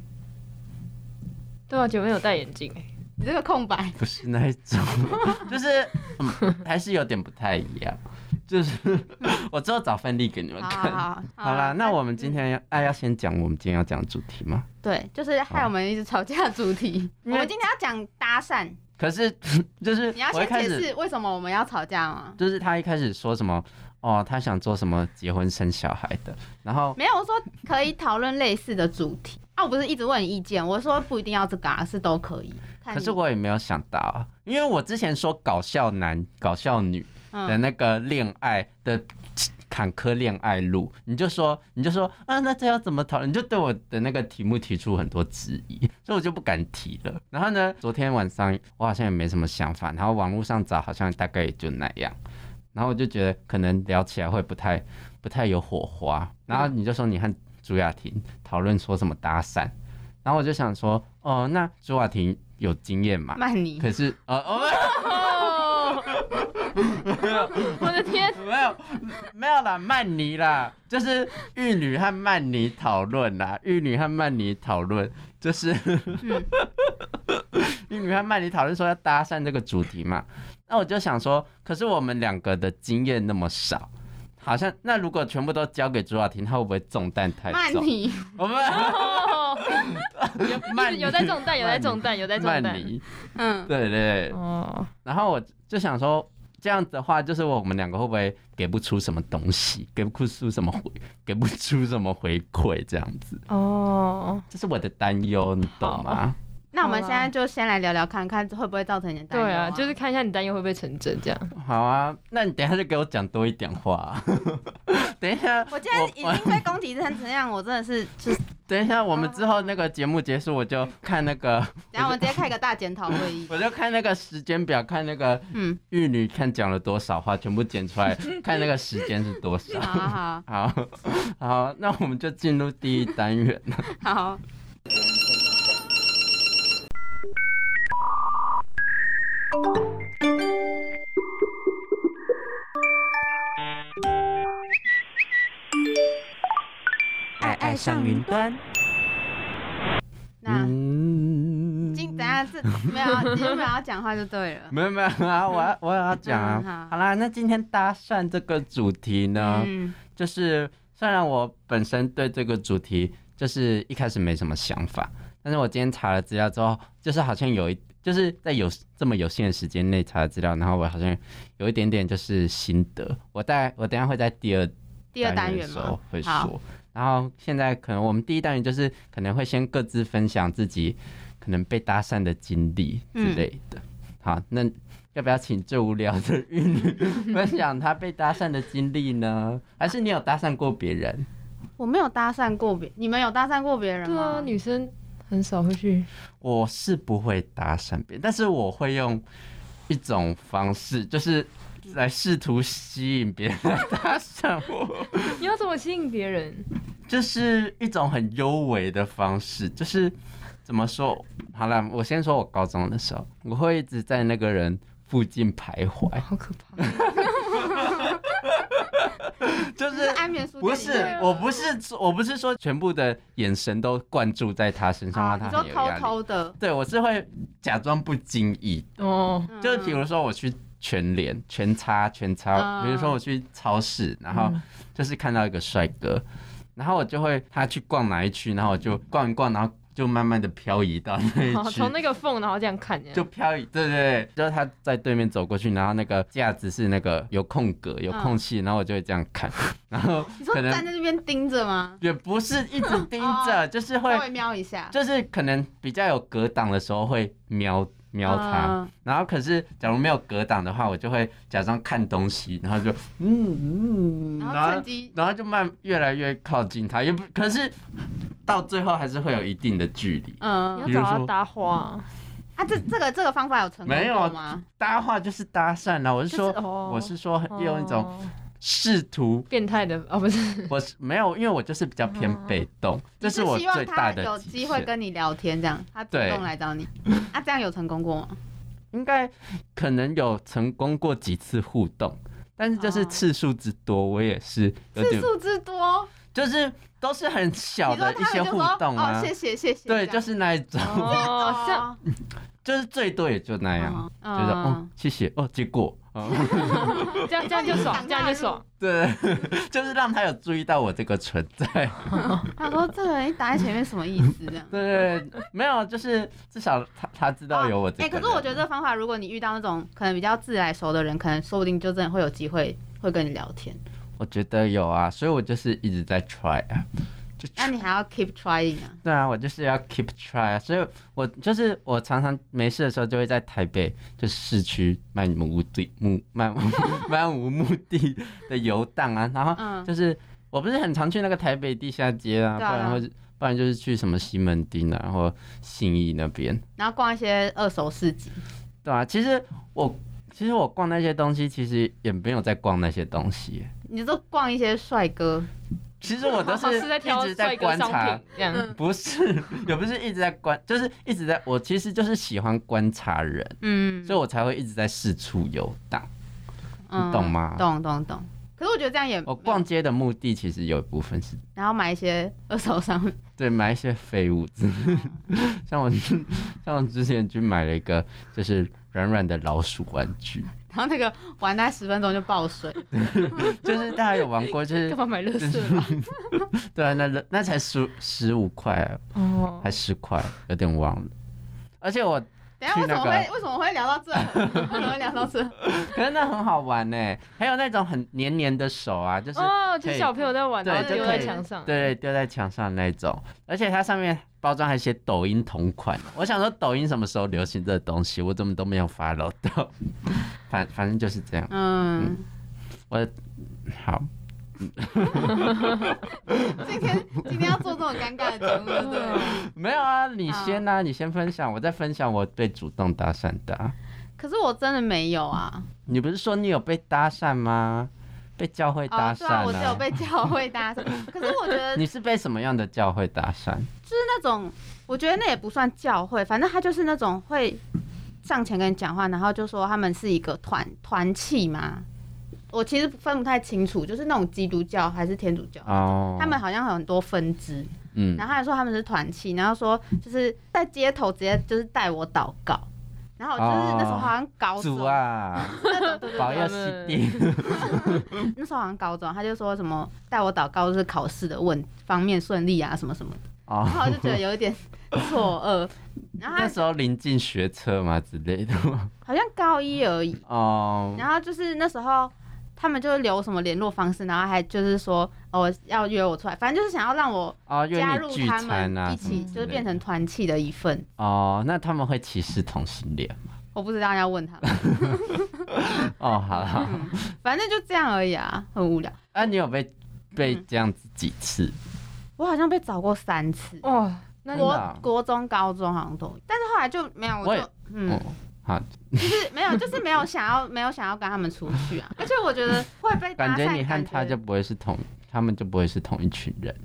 [SPEAKER 3] 对啊，姐妹有戴眼镜哎，
[SPEAKER 2] 你这个空白，
[SPEAKER 1] 不是那一种，就是、嗯、还是有点不太一样。就是 我之后找范例给你们
[SPEAKER 2] 好啊
[SPEAKER 1] 看。
[SPEAKER 2] 好好，
[SPEAKER 1] 好啦，那我们今天要哎、要先讲我们今天要讲的主题吗？
[SPEAKER 2] 对，就是害我们一直吵架的主题。我
[SPEAKER 1] 因为
[SPEAKER 2] 们今天要讲搭讪，
[SPEAKER 1] 可是 就是
[SPEAKER 2] 你要
[SPEAKER 1] 我一
[SPEAKER 2] 先
[SPEAKER 1] 开
[SPEAKER 2] 解
[SPEAKER 1] 始
[SPEAKER 2] 释为什么我们要吵架吗？
[SPEAKER 1] 就是他一开始说什么哦，他想做什么结婚生小孩的，然后
[SPEAKER 2] 没有，我说可以讨论类似的主题啊，我不是一直问你意见，我说不一定要这个啊，是都可以。看
[SPEAKER 1] 可是
[SPEAKER 2] 你
[SPEAKER 1] 我也没有想到啊，因为我之前说搞笑男、搞笑女的
[SPEAKER 2] 嗯，
[SPEAKER 1] 那个恋爱的。坎坷恋爱路，你就说，你就说，啊，那这要怎么讨论？你就对我的那个题目提出很多质疑，所以我就不敢提了。然后呢，昨天晚上我好像也没什么想法，然后网络上找好像大概也就那样，然后我就觉得可能聊起来会不太不太有火花。然后你就说你和朱雅婷讨论说什么搭讪，然后我就想说，哦，那朱雅婷有经验嘛？
[SPEAKER 2] 曼妮，
[SPEAKER 1] 啊可是呃，哦，
[SPEAKER 3] 哦，我的天，
[SPEAKER 1] 没有，没有啦，曼妮啦，就是玉女和曼妮讨论啦，玉女和曼妮讨论，就是、
[SPEAKER 2] 嗯
[SPEAKER 1] 玉女和曼妮讨论说要搭讪这个主题嘛。那我就想说，可是我们两个的经验那么少，好像那如果全部都交给朱雅婷，她会不会重担太
[SPEAKER 2] 曼
[SPEAKER 1] 重？
[SPEAKER 2] 妮，
[SPEAKER 1] 我们
[SPEAKER 3] 哦，
[SPEAKER 1] 曼妮
[SPEAKER 3] 有在中弹，有在中弹，有在中
[SPEAKER 1] 曼
[SPEAKER 3] 弹。
[SPEAKER 1] 妮，
[SPEAKER 2] 嗯，
[SPEAKER 1] 对对对。
[SPEAKER 3] 哦，
[SPEAKER 1] 然后我就想说，这样的话，就是我们两个会不会给不出什么东西，给不出什么回，给不出什么回馈这样子？
[SPEAKER 3] 哦，
[SPEAKER 1] 这是我的担忧，你懂吗？
[SPEAKER 2] 那我
[SPEAKER 1] 啊
[SPEAKER 2] 们现在就先来聊聊看看会不会造成你的担忧、
[SPEAKER 3] 对啊，就是看一下你担忧会不会成真这样。
[SPEAKER 1] 好啊，那你等一下就给我讲多一点话 啊。等一下，
[SPEAKER 2] 我今天已经被攻击成这样，我真的是就是，
[SPEAKER 1] 等一下，我们之后那个节目结束，我就看那个，。
[SPEAKER 2] 然后我们直接开个大检讨会议
[SPEAKER 1] 我就看那个时间表，看那个
[SPEAKER 2] 嗯，
[SPEAKER 1] 玉女看讲了多少话，全部剪 出来，看那个时间是多少。
[SPEAKER 2] 好好
[SPEAKER 1] 好好，那我们就进入第一单元。
[SPEAKER 2] 好，
[SPEAKER 4] 爱爱上云端。
[SPEAKER 2] 那
[SPEAKER 1] 嗯
[SPEAKER 2] 今等下是没有 要，你就没有要讲话就对了。
[SPEAKER 1] 没有没有啊，我要我要讲啊
[SPEAKER 2] 嗯。好
[SPEAKER 1] 好啦，那今天搭讪这个主题呢，
[SPEAKER 2] 嗯
[SPEAKER 1] 就是虽然我本身对这个主题就是一开始没什么想法，但是我今天查了资料之后，就是好像有一就是在有这么有限的时间内查了资料，然后我好像有一点点就是心得，我待我等一下会在第二
[SPEAKER 2] 第二单
[SPEAKER 1] 单
[SPEAKER 2] 元
[SPEAKER 1] 的时
[SPEAKER 2] 嘛
[SPEAKER 1] 候，会
[SPEAKER 2] 好
[SPEAKER 1] 说。然后现在可能我们第一单元就是可能会先各自分享自己可能被搭讪的经历
[SPEAKER 2] 嗯
[SPEAKER 1] 之类的。好，那要不要请最无聊的 玉女分享她被搭讪的经历呢？还是你有搭讪过别人？
[SPEAKER 2] 我没有搭讪过别，你们有搭讪过别人
[SPEAKER 3] 对啊，
[SPEAKER 2] 吗？
[SPEAKER 3] 女生很少会去。
[SPEAKER 1] 我是不会搭讪别人，但是我会用一种方式，就是来试图吸引别人来搭讪我。
[SPEAKER 3] 你要怎么吸引别人？
[SPEAKER 1] 就是一种很优微的方式，就是怎么说？好了，我先说我高中的时候，我会一直在那个人附近徘 徊，
[SPEAKER 3] 好可怕！
[SPEAKER 2] 就
[SPEAKER 1] 就
[SPEAKER 2] 是是安眠书
[SPEAKER 1] 不
[SPEAKER 2] 店里
[SPEAKER 1] 是
[SPEAKER 2] 面，
[SPEAKER 1] 我不是我不是说全部的眼神都灌注在他身上，
[SPEAKER 2] 啊
[SPEAKER 1] 让
[SPEAKER 2] 你
[SPEAKER 1] 他
[SPEAKER 2] 说
[SPEAKER 1] 很有
[SPEAKER 2] 偷
[SPEAKER 1] 压力。
[SPEAKER 2] 偷的，
[SPEAKER 1] 对，我是会假装不经意，
[SPEAKER 3] 哦，
[SPEAKER 2] 嗯
[SPEAKER 1] 就是比如说我去全联、全差、全
[SPEAKER 2] 嗯
[SPEAKER 1] 超，比如说我去超市，然后就是看到一个帅哥，然后我就会他去逛哪一区，然后我就逛一逛，然后就慢慢的漂移到那
[SPEAKER 3] 好，
[SPEAKER 1] 一区
[SPEAKER 3] 哦从，那个缝然后这样看，
[SPEAKER 1] 就漂移，对对对，就是他在对面走过去，然后那个架子是那个有空格、有空隙，然后我就会这样看， 然后
[SPEAKER 2] 你说
[SPEAKER 1] 可能
[SPEAKER 2] 站在那边盯着吗？
[SPEAKER 1] 也不是一直盯着，就是
[SPEAKER 2] 稍
[SPEAKER 1] 会，
[SPEAKER 2] 微瞄一下，
[SPEAKER 1] 就是可能比较有隔挡的时候会瞄瞄他。
[SPEAKER 2] 嗯
[SPEAKER 1] 然后可是，假如没有隔挡的话，我就会假装看东西，然后就嗯嗯，
[SPEAKER 2] 然后趁机
[SPEAKER 1] 然后就慢越来越靠近他，也不可是到最后还是会有一定的距离。
[SPEAKER 2] 嗯
[SPEAKER 3] 你要找他搭话啊。
[SPEAKER 2] 啊，这这个这个方法有成功
[SPEAKER 1] 没有
[SPEAKER 2] 过吗？
[SPEAKER 1] 搭话就是搭讪啦，我是说，
[SPEAKER 3] 就是哦
[SPEAKER 1] 我是说用一种
[SPEAKER 3] 哦
[SPEAKER 1] 试图，
[SPEAKER 3] 变态的哦，不是
[SPEAKER 1] 我是没有，因为我就是比较偏被动，这
[SPEAKER 2] 你
[SPEAKER 1] 是我
[SPEAKER 2] 希望
[SPEAKER 1] 最
[SPEAKER 2] 他
[SPEAKER 1] 大
[SPEAKER 2] 有
[SPEAKER 1] 的
[SPEAKER 2] 机
[SPEAKER 1] 极
[SPEAKER 2] 会
[SPEAKER 1] 限。
[SPEAKER 2] 跟你聊天，这样他主
[SPEAKER 1] 对
[SPEAKER 2] 动来找你，啊，这样有成功过吗？
[SPEAKER 1] 应该可能有成功过几次互动，但是就是
[SPEAKER 2] 哦
[SPEAKER 1] 次数之多，我也是有
[SPEAKER 2] 次
[SPEAKER 1] 点，
[SPEAKER 2] 数之多，
[SPEAKER 1] 就是都是很小
[SPEAKER 2] 你说
[SPEAKER 1] 的一
[SPEAKER 2] 他
[SPEAKER 1] 些
[SPEAKER 2] 们就
[SPEAKER 1] 互
[SPEAKER 2] 说
[SPEAKER 1] 动啊
[SPEAKER 2] 哦，。谢谢谢谢，
[SPEAKER 1] 对，
[SPEAKER 2] 这样
[SPEAKER 1] 就是那一种，
[SPEAKER 3] 哦，这样
[SPEAKER 2] 哦
[SPEAKER 1] 就是最多也就那样，
[SPEAKER 2] 嗯
[SPEAKER 1] 就是哦，谢谢哦，结果 哦，
[SPEAKER 3] 这样这样就 爽，这样就爽。
[SPEAKER 1] 对，就是让他有注意到我这个存 在。。
[SPEAKER 2] 他说这个人一打在前面什么意思？这样
[SPEAKER 1] 对，没有，就是至少他他知道有我这
[SPEAKER 2] 哎、
[SPEAKER 1] 个人。啊
[SPEAKER 2] 可是我觉得这方法，如果你遇到那种可能比较自来熟的人，可能说不定就真的会有机会会跟你聊天。
[SPEAKER 1] 我觉得有啊，所以我就是一直在 try 啊，就
[SPEAKER 2] 那你还要 keep trying 啊？
[SPEAKER 1] 对啊，我就是要 keep try 啊，所以我就是我常常没事的时候就会在台北就市区漫无目的 目漫无漫无目的的游荡啊，然后
[SPEAKER 2] 嗯，
[SPEAKER 1] 就是我不是很常去那个台北地下街啊，不
[SPEAKER 2] 对啊
[SPEAKER 1] 然或者不然就是去什么西门町啊，然后信义那边，
[SPEAKER 2] 然后逛一些二手市集，
[SPEAKER 1] 对啊，其实我其实我逛那些东西，其实也没有在逛那些东西耶，
[SPEAKER 2] 你就逛一些帅哥，
[SPEAKER 1] 其实我都是
[SPEAKER 3] 哦在
[SPEAKER 1] 一
[SPEAKER 3] 挑
[SPEAKER 1] 直
[SPEAKER 3] 帅
[SPEAKER 1] 在
[SPEAKER 3] 哥
[SPEAKER 1] 观
[SPEAKER 3] 商
[SPEAKER 1] 察
[SPEAKER 3] 品。这样。
[SPEAKER 2] 嗯
[SPEAKER 1] 不是， 也不是一直在观，就是一直在我其实就是喜欢观察人，
[SPEAKER 2] 嗯，
[SPEAKER 1] 所以我才会一直在四处游荡。
[SPEAKER 2] 嗯
[SPEAKER 1] 你懂吗
[SPEAKER 2] 懂懂懂。可是我觉得这样也，
[SPEAKER 1] 我逛街的目的其实有一部分是
[SPEAKER 2] 然后买一些二手商品，
[SPEAKER 1] 对买一些废物， 像我像我之前去买了一个就是软软的老鼠玩具，
[SPEAKER 2] 然后那个玩大概十分钟就爆水，
[SPEAKER 1] 就是大家有玩过，就是
[SPEAKER 3] 干嘛买啊乐色 啦？
[SPEAKER 1] 对啊，那那才十十五块啊
[SPEAKER 3] 哦
[SPEAKER 1] 还，十块，有点忘了。而且我
[SPEAKER 2] 等一下
[SPEAKER 1] 去
[SPEAKER 2] 为什
[SPEAKER 1] 那
[SPEAKER 2] 么
[SPEAKER 1] 个
[SPEAKER 2] 会为什么会聊到这？ 为什么会聊到这？
[SPEAKER 1] 可是那很好玩呢。还有那种很黏黏的手啊，就是
[SPEAKER 3] 哦，就
[SPEAKER 1] 可以
[SPEAKER 3] 是小朋友在玩，
[SPEAKER 1] 对
[SPEAKER 3] 然后
[SPEAKER 2] 就
[SPEAKER 3] 丢
[SPEAKER 2] 可
[SPEAKER 3] 在
[SPEAKER 2] 以
[SPEAKER 3] 墙上。
[SPEAKER 1] 对，丢在墙上那种，而且它上面包装还写抖音同款。我想说，抖音什么时候流行这东西？我怎么都没有 follow 到。 反反正就是这样。
[SPEAKER 2] 嗯，
[SPEAKER 1] 好，
[SPEAKER 2] 今天今天要做这种尴尬的节目，对不对。
[SPEAKER 1] 没有啊，你先啊，你先分享，我再分享我被主动搭讪的啊、
[SPEAKER 2] 可是我真的没有啊！
[SPEAKER 1] 你不是说你有被搭讪吗？被教会搭
[SPEAKER 2] 哦，
[SPEAKER 1] 讪
[SPEAKER 2] 对啊，我只有被教会搭 讪。可是我觉得
[SPEAKER 1] 你是被什么样的教会搭讪？
[SPEAKER 2] 那种，我觉得那也不算教会，反正他就是那种会上前跟你讲话，然后就说他们是一个团团契嘛。我其实分不太清楚，就是那种基督教还是天主教，
[SPEAKER 1] 哦，
[SPEAKER 2] 他们好像有很多分支。
[SPEAKER 1] 嗯
[SPEAKER 2] 然后他还说他们是团契，然后说就是在街头直接就是带我祷告，然后我就是那时候好像高中，
[SPEAKER 1] 哦主 啊，
[SPEAKER 2] 那种对对
[SPEAKER 1] 保
[SPEAKER 2] 对
[SPEAKER 1] 佑西地，
[SPEAKER 2] 那时候好像高中，他就说什么带我祷告就是考试的问方面顺利啊什么什么的，
[SPEAKER 1] 哦
[SPEAKER 2] 然后我就觉 得有一点错愕。然后
[SPEAKER 1] 那
[SPEAKER 2] 他
[SPEAKER 1] 时候临近学车嘛之类的 吗
[SPEAKER 2] 好像高一而已，
[SPEAKER 1] 哦，
[SPEAKER 2] 然后就是那时候他们就留什么联络方式，然后还就是说哦要约我出来，反正就是想要让我
[SPEAKER 1] 哦，约
[SPEAKER 2] 加
[SPEAKER 1] 你
[SPEAKER 2] 入
[SPEAKER 1] 聚
[SPEAKER 2] 他
[SPEAKER 1] 餐啊
[SPEAKER 2] 们一
[SPEAKER 1] 什么之类
[SPEAKER 2] 起，
[SPEAKER 1] 的，
[SPEAKER 2] 就是变成团契的一份。
[SPEAKER 1] 哦，那他们会歧视同性恋吗？
[SPEAKER 2] 我不知道要问他 们，嗯
[SPEAKER 1] 哦，好了，
[SPEAKER 2] 反正就这样而已啊，很无聊。
[SPEAKER 1] 啊，你有被被
[SPEAKER 2] 嗯
[SPEAKER 1] 这样子几次？
[SPEAKER 2] 我好像被找过三次，
[SPEAKER 3] 哇，那你
[SPEAKER 1] 我
[SPEAKER 2] 国
[SPEAKER 1] 真的啊
[SPEAKER 2] 国中、高中好像都有，但是后来就没有，
[SPEAKER 1] 我
[SPEAKER 2] 我
[SPEAKER 1] 也
[SPEAKER 2] 就嗯
[SPEAKER 1] 哦，好，
[SPEAKER 2] 就是没有，就是没有想要，没有想要跟他们出去 啊。而且我觉得会被搭讪，
[SPEAKER 1] 感觉你和
[SPEAKER 2] 感
[SPEAKER 1] 他
[SPEAKER 2] 觉
[SPEAKER 1] 就不会是同，他们就不会是同一群人，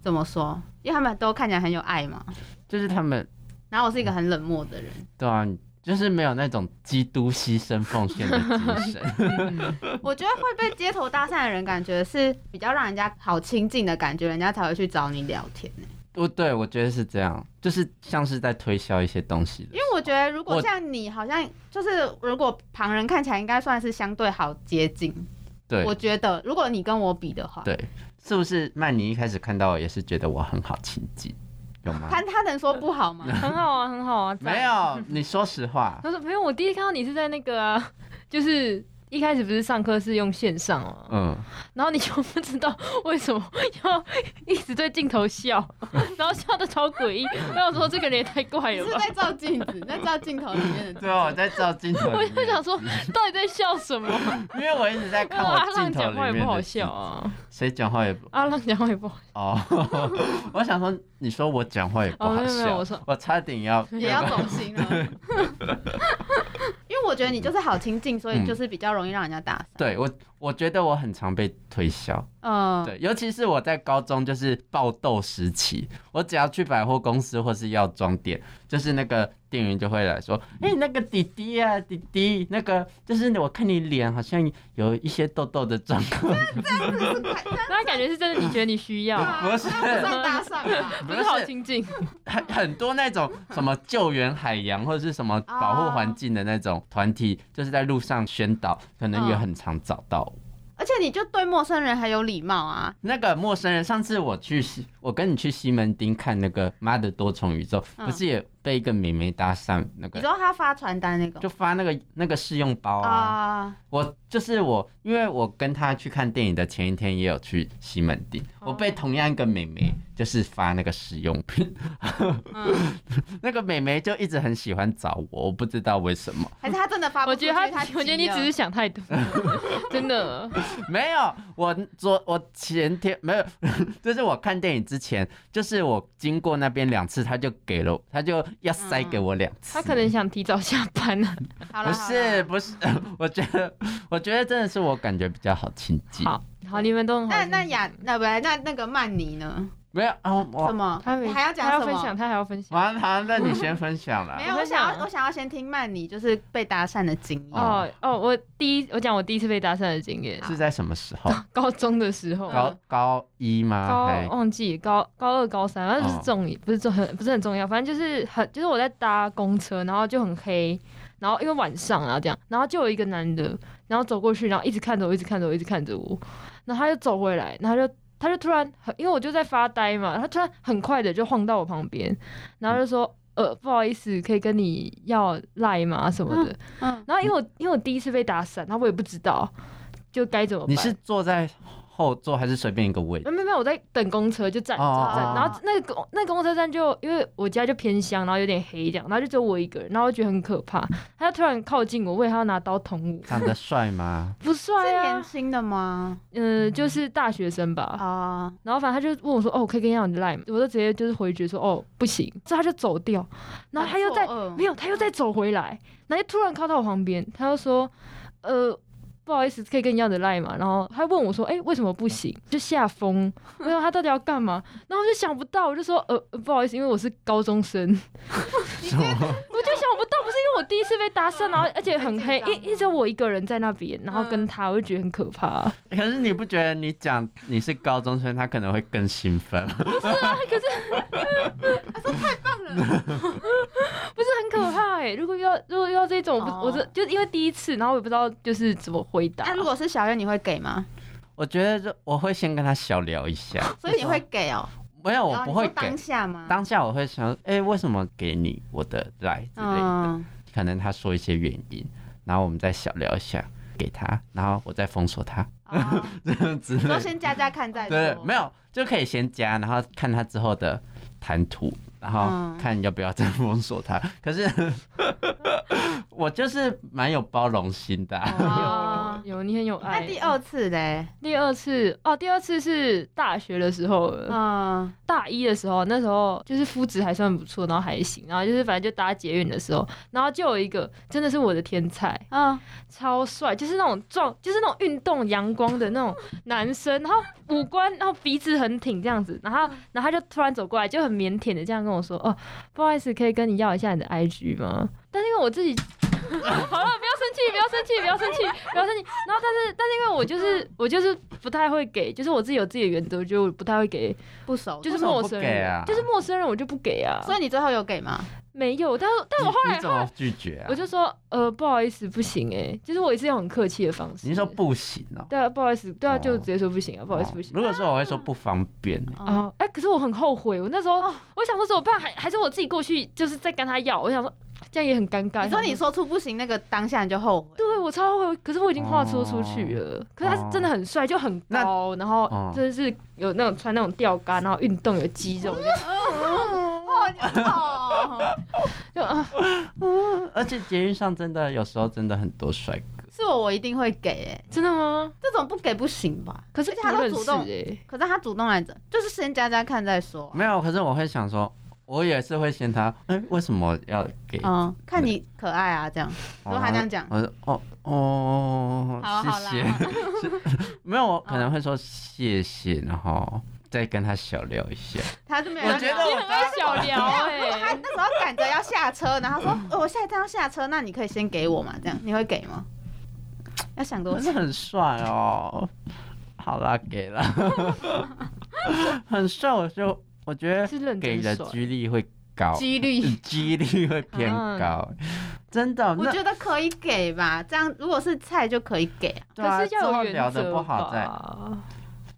[SPEAKER 2] 怎么说？因为他们都看起来很有爱嘛，
[SPEAKER 1] 就是他们
[SPEAKER 2] 然后我是一个很冷漠的人，
[SPEAKER 1] 对啊，就是没有那种基督牺牲奉献的精神。
[SPEAKER 2] 我觉得会被街头搭讪的人，感觉是比较让人家好亲近的感觉，人家才会去找你聊天欸、
[SPEAKER 1] 不对，我觉得是这样，就是像是在推销一些东西的
[SPEAKER 2] 因。为我觉得，如
[SPEAKER 1] 我
[SPEAKER 2] 果像你，好像就是如果旁人看起来应该算是相对好接近。
[SPEAKER 1] 对
[SPEAKER 2] 我觉得如果你跟我比的话，
[SPEAKER 1] 对，是不是曼妮一开始看到我也是觉得我很好亲近，有吗？
[SPEAKER 2] 他他能说不好 吗？
[SPEAKER 3] 很好啊，很好啊。赞
[SPEAKER 1] 没，有，你说实 话。
[SPEAKER 3] 他说没有，我第一次看到你是在那个啊，就是一开始不是上课是用线上吗？
[SPEAKER 1] 嗯，
[SPEAKER 3] 然后你就不知道为什么要一直对镜头 笑，然后笑的超诡异。我想说这个人也太怪
[SPEAKER 2] 你
[SPEAKER 3] 了
[SPEAKER 1] 啊
[SPEAKER 2] 是
[SPEAKER 3] 吧。
[SPEAKER 2] 在照镜子，在照镜头里面的
[SPEAKER 1] 对啊，我在照镜头
[SPEAKER 3] 我
[SPEAKER 1] 里
[SPEAKER 3] 就
[SPEAKER 1] 面，
[SPEAKER 3] 想说，到底在笑什么？
[SPEAKER 1] 因为我一直在看
[SPEAKER 3] 阿
[SPEAKER 1] 我镜
[SPEAKER 3] 浪
[SPEAKER 1] 头
[SPEAKER 3] 讲
[SPEAKER 1] 里
[SPEAKER 3] 话
[SPEAKER 1] 面
[SPEAKER 3] 也
[SPEAKER 1] 的
[SPEAKER 3] 不好
[SPEAKER 1] 自己
[SPEAKER 3] 笑，啊，
[SPEAKER 1] 谁讲话也不
[SPEAKER 3] 阿浪讲话也不好。
[SPEAKER 1] 哦。 我想说，你说我讲话也不
[SPEAKER 3] 哦没
[SPEAKER 1] 好
[SPEAKER 3] 有没有
[SPEAKER 1] 笑，
[SPEAKER 3] 我说
[SPEAKER 1] 差点要
[SPEAKER 2] 也要走心了。
[SPEAKER 3] 啊
[SPEAKER 2] 因为我觉得你就是好亲近，所以就是比较容易让人家搭讪。
[SPEAKER 1] 对我，我觉得我很常被推销，
[SPEAKER 2] 嗯，
[SPEAKER 1] 对，尤其是我在高中就是爆痘时期，我只要去百货公司或是药妆店，就是那个店员就会来说：“
[SPEAKER 3] 嗯
[SPEAKER 1] 哎、那个弟弟啊，弟弟，那个就是我看你脸好像有一些痘痘的状况。
[SPEAKER 3] 那感觉是真的，你觉得你需要，
[SPEAKER 2] 啊
[SPEAKER 1] 不是
[SPEAKER 2] 那 不算搭讪吧？
[SPEAKER 3] 不是好亲近。
[SPEAKER 1] 很很多那种什么救援海洋或者是什么保护环境的那种团体，就是在路上宣导，可能
[SPEAKER 3] 嗯
[SPEAKER 1] 也很常找到我。
[SPEAKER 2] 而且你就对陌生人很有礼貌啊。
[SPEAKER 1] 那个陌生人，上次我去西，我跟你去西门町看那个《妈的多重宇宙》，
[SPEAKER 2] 嗯
[SPEAKER 1] 不是也被一个妹妹搭讪，那
[SPEAKER 2] 你
[SPEAKER 1] 个
[SPEAKER 2] 知道他发传单那个
[SPEAKER 1] 就发那个那个试用包啊。
[SPEAKER 2] 啊？
[SPEAKER 1] 我就是我，因为我跟她去看电影的前一天也有去西门町，我被同样一个妹妹就是发那个试用品，
[SPEAKER 2] 嗯，
[SPEAKER 1] 那个妹妹就一直很喜欢找我，我不知道为什么。
[SPEAKER 2] 还是他真的发不
[SPEAKER 3] 我
[SPEAKER 2] 出去？
[SPEAKER 3] 觉得他，
[SPEAKER 2] 急了
[SPEAKER 3] 我觉得你只是想 太多，真的。
[SPEAKER 1] 没有，我昨我前天没有，就是我看电影之前，就是我经过那边两次，他就给了，他就要塞给我两次。
[SPEAKER 3] 他可能想提早下班啊 呢、
[SPEAKER 2] 好
[SPEAKER 1] 不
[SPEAKER 2] 了，
[SPEAKER 1] 是不是， 我觉得我觉得真的是我感觉比较好亲近。
[SPEAKER 3] 好，好，你们都很
[SPEAKER 2] 好
[SPEAKER 3] 好
[SPEAKER 2] 啦。那
[SPEAKER 3] 心。
[SPEAKER 2] 那雅那不那那个曼妮呢？
[SPEAKER 1] 没有啊，
[SPEAKER 2] 什
[SPEAKER 1] 我
[SPEAKER 2] 么？
[SPEAKER 3] 他没
[SPEAKER 2] 你还要讲
[SPEAKER 3] 他
[SPEAKER 2] 什
[SPEAKER 3] 要分享，
[SPEAKER 2] 么？
[SPEAKER 3] 他还要分享。
[SPEAKER 1] 完好，那你先分享了
[SPEAKER 2] 没。有，我
[SPEAKER 3] 我分享
[SPEAKER 2] 想要我想要先听曼妮就是被搭讪的经验。
[SPEAKER 1] 哦
[SPEAKER 3] 哦哦，我第一我讲我第一次被搭讪的经验，
[SPEAKER 1] 是在什么时候？
[SPEAKER 3] 高中的时
[SPEAKER 2] 哦
[SPEAKER 3] 候，
[SPEAKER 1] 高高一吗？
[SPEAKER 3] 高
[SPEAKER 1] 还
[SPEAKER 3] 忘记高高二高三，反正就
[SPEAKER 1] 哦
[SPEAKER 3] 是重、不是重很不是很重要，反正就是很就是我在搭公车，然后就很黑，然后因为晚上啊这样，然后就有一个男的，然后走过去，然后一直看着我，一直看着我，一直看着我，然后他就走回来，然后他就他就突然很，因为我就在发呆嘛，他突然很快的就晃到我旁边，然后就说。呃，不好意思，可以跟你要赖吗什么的。
[SPEAKER 2] 嗯，
[SPEAKER 3] 然后因为我因为我第一次被打散，然后我也不知道就该怎么办。
[SPEAKER 1] 你是坐在后座还是随便一个位置？
[SPEAKER 3] 没有没有，我在等公车，就站
[SPEAKER 1] 哦哦哦
[SPEAKER 3] 站站，然后那个公那公车站就因为我家就偏乡，然后有点黑这样，然后就只有我一个人，然后我觉得很可怕。他就突然靠近我，我以为他要拿刀捅我，
[SPEAKER 1] 长得帅 吗？
[SPEAKER 3] 不
[SPEAKER 2] 是
[SPEAKER 3] 帅
[SPEAKER 2] 年
[SPEAKER 3] 啊，
[SPEAKER 2] 轻的吗？
[SPEAKER 3] 嗯、就是大学生吧。
[SPEAKER 2] 哦，
[SPEAKER 3] 然后反正他就问我说：“哦，我可以跟你要你的 line 吗？”我就直接就是回绝说：“哦，不行。”之后他就走掉，然后他又在没
[SPEAKER 2] 没
[SPEAKER 3] 有，他又再走回来，然后就突然靠到我旁边，他就说：“呃，不好意思，可以跟你要你的 line 嘛？”然后他问我说：“哎、为什么不行？”就吓 疯，我想他到底要干嘛？然后我就想不到，我就说：“呃，呃不好意思，因为我是高中生，我
[SPEAKER 1] 什
[SPEAKER 2] 哦
[SPEAKER 1] 么？
[SPEAKER 3] 就想不到，不是因为我第一次被搭讪，然后而且很黑，
[SPEAKER 2] 太嗯紧张嗯
[SPEAKER 3] 一一直我一个人在那边，然后跟他，我就觉得很可怕、
[SPEAKER 1] 可是你不觉得你讲你是高中生，他可能会更兴奋？
[SPEAKER 3] 不是很可怕哎、如果遇到如果遇到这种，我不我这
[SPEAKER 2] 哦
[SPEAKER 3] 就因为第一次，然后我也不知道就是怎么回答。
[SPEAKER 2] 那如果是小月，你会给吗？
[SPEAKER 1] 我觉得就我会先跟他小聊一下，
[SPEAKER 2] 所以你会给哦？
[SPEAKER 1] 没有，我
[SPEAKER 2] 哦
[SPEAKER 1] 不
[SPEAKER 2] 你说
[SPEAKER 1] 会给
[SPEAKER 2] 当。下吗？
[SPEAKER 1] 当下我会想，哎、为什么给你我的来之类的？
[SPEAKER 2] 嗯，
[SPEAKER 1] 可能他说一些原因，然后我们再小聊一下，给他，然后我再封锁他
[SPEAKER 2] 哦
[SPEAKER 1] 之类
[SPEAKER 2] 说
[SPEAKER 1] 的。
[SPEAKER 2] 先加加看再
[SPEAKER 1] 对，
[SPEAKER 2] 说。
[SPEAKER 1] 没有就可以先加，然后看他之后的谈吐，然后
[SPEAKER 2] 嗯
[SPEAKER 1] 看要不要再封锁他。 可是我就是蛮有包容心的啊、
[SPEAKER 2] 哦
[SPEAKER 3] 有有，你很有爱。
[SPEAKER 2] 那第二次嘞？
[SPEAKER 3] 第二次哦，第二次是大学的时候了，
[SPEAKER 2] 嗯，
[SPEAKER 3] 大一的时候，那时候就是肤质还算不错，然后还行，然后就是反正就搭捷运的时候，然后就有一个真的是我的天才，
[SPEAKER 2] 嗯，
[SPEAKER 3] 超帅，就是那种壮，就是那种运动阳光的那种男生，然后五官，然后鼻子很挺这样子，然后
[SPEAKER 1] 嗯
[SPEAKER 3] 然后他就突然走过来，就很腼腆的这样跟我说，哦，不好意思，可以跟你要一下你的 IG 吗？但是因为我自己。 好了，不要生气，不要生气，不要生气，不要生气。然后，但是，但是，因为我
[SPEAKER 1] 嗯
[SPEAKER 3] 就是我就是不太会给，就是我自己有自己的原则，我觉得我不太会给
[SPEAKER 2] 不熟，
[SPEAKER 3] 就是
[SPEAKER 1] 为什么
[SPEAKER 3] 陌
[SPEAKER 1] 不
[SPEAKER 3] 生
[SPEAKER 1] 给
[SPEAKER 3] 人，
[SPEAKER 1] 啊
[SPEAKER 3] 就是陌生人我就不给啊。
[SPEAKER 2] 所以你最后有给吗？
[SPEAKER 3] 没有，但是但我后
[SPEAKER 1] 你
[SPEAKER 3] 来
[SPEAKER 1] 你怎么拒绝啊？
[SPEAKER 3] 我就说呃不好意思不行哎、就是我也是用很客气的方式。
[SPEAKER 1] 你是说不行哦、
[SPEAKER 3] 对啊不好意思对啊
[SPEAKER 1] 哦
[SPEAKER 3] 就直接说不行啊不好意思不行
[SPEAKER 1] 如。果说我会说不方便，
[SPEAKER 2] 哦，
[SPEAKER 3] 哦，哎、可是我很后悔，我那时候、我想说怎么办，还还是我自己过去，就是再跟他要，我想说这样也很尴尬。
[SPEAKER 2] 你说
[SPEAKER 3] 想
[SPEAKER 2] 你说出不行那个当下你就后悔，
[SPEAKER 3] 对我超后悔，可是我已经话说出去了。可是他是真的很帅，就很高，然后
[SPEAKER 1] 哦
[SPEAKER 3] 真的是有那种穿那种吊杆，然后运动有肌肉，
[SPEAKER 2] 哦，你哦，
[SPEAKER 3] 就啊
[SPEAKER 1] 而且捷运上真的有时候真的很多帅哥，
[SPEAKER 2] 是我我一定会给，哎，
[SPEAKER 3] 真的吗？
[SPEAKER 2] 这种不给不行吧？
[SPEAKER 3] 可是
[SPEAKER 2] 而且他
[SPEAKER 3] 不
[SPEAKER 2] 都
[SPEAKER 3] 认
[SPEAKER 2] 主
[SPEAKER 3] 识
[SPEAKER 2] 动
[SPEAKER 3] 哎、
[SPEAKER 2] 可是他主动来着，就是先加加看再说啊。
[SPEAKER 1] 没有，可是我会想说，我也是会嫌他，哎、为什么要给？
[SPEAKER 2] 嗯，看你可爱啊，这样。如果他这样讲
[SPEAKER 1] 我说哦
[SPEAKER 2] 好
[SPEAKER 1] 哦，
[SPEAKER 2] 好啦
[SPEAKER 1] 谢
[SPEAKER 2] 好
[SPEAKER 1] 谢， 是没有，我可能会说谢谢，然后再跟他小聊一下。
[SPEAKER 2] 他啊就没有欸
[SPEAKER 1] 我
[SPEAKER 2] 要
[SPEAKER 1] 觉得
[SPEAKER 2] 聊
[SPEAKER 1] 我
[SPEAKER 3] 你很爱小聊哎、
[SPEAKER 2] 他那时候赶着要下车，然后说、哦我下一站要下车，那你可以先给我嘛？这样你会给吗？要想多
[SPEAKER 1] 真
[SPEAKER 2] 久？
[SPEAKER 1] 的很帅哦。好啦，给 了，很帅，我就我觉得
[SPEAKER 3] 是认真
[SPEAKER 1] 给的
[SPEAKER 3] 帅
[SPEAKER 1] 几率会高，
[SPEAKER 2] 几率。嗯
[SPEAKER 1] 几率会偏
[SPEAKER 3] 啊
[SPEAKER 1] 高，真的。
[SPEAKER 2] 我
[SPEAKER 1] 那
[SPEAKER 2] 觉得可以给吧，这样如果是菜就可以给啊。
[SPEAKER 1] 对啊，
[SPEAKER 3] 可是
[SPEAKER 1] 之
[SPEAKER 3] 要
[SPEAKER 1] 后
[SPEAKER 3] 有
[SPEAKER 1] 聊
[SPEAKER 3] 原
[SPEAKER 1] 的
[SPEAKER 3] 则
[SPEAKER 1] 不好再
[SPEAKER 3] 吧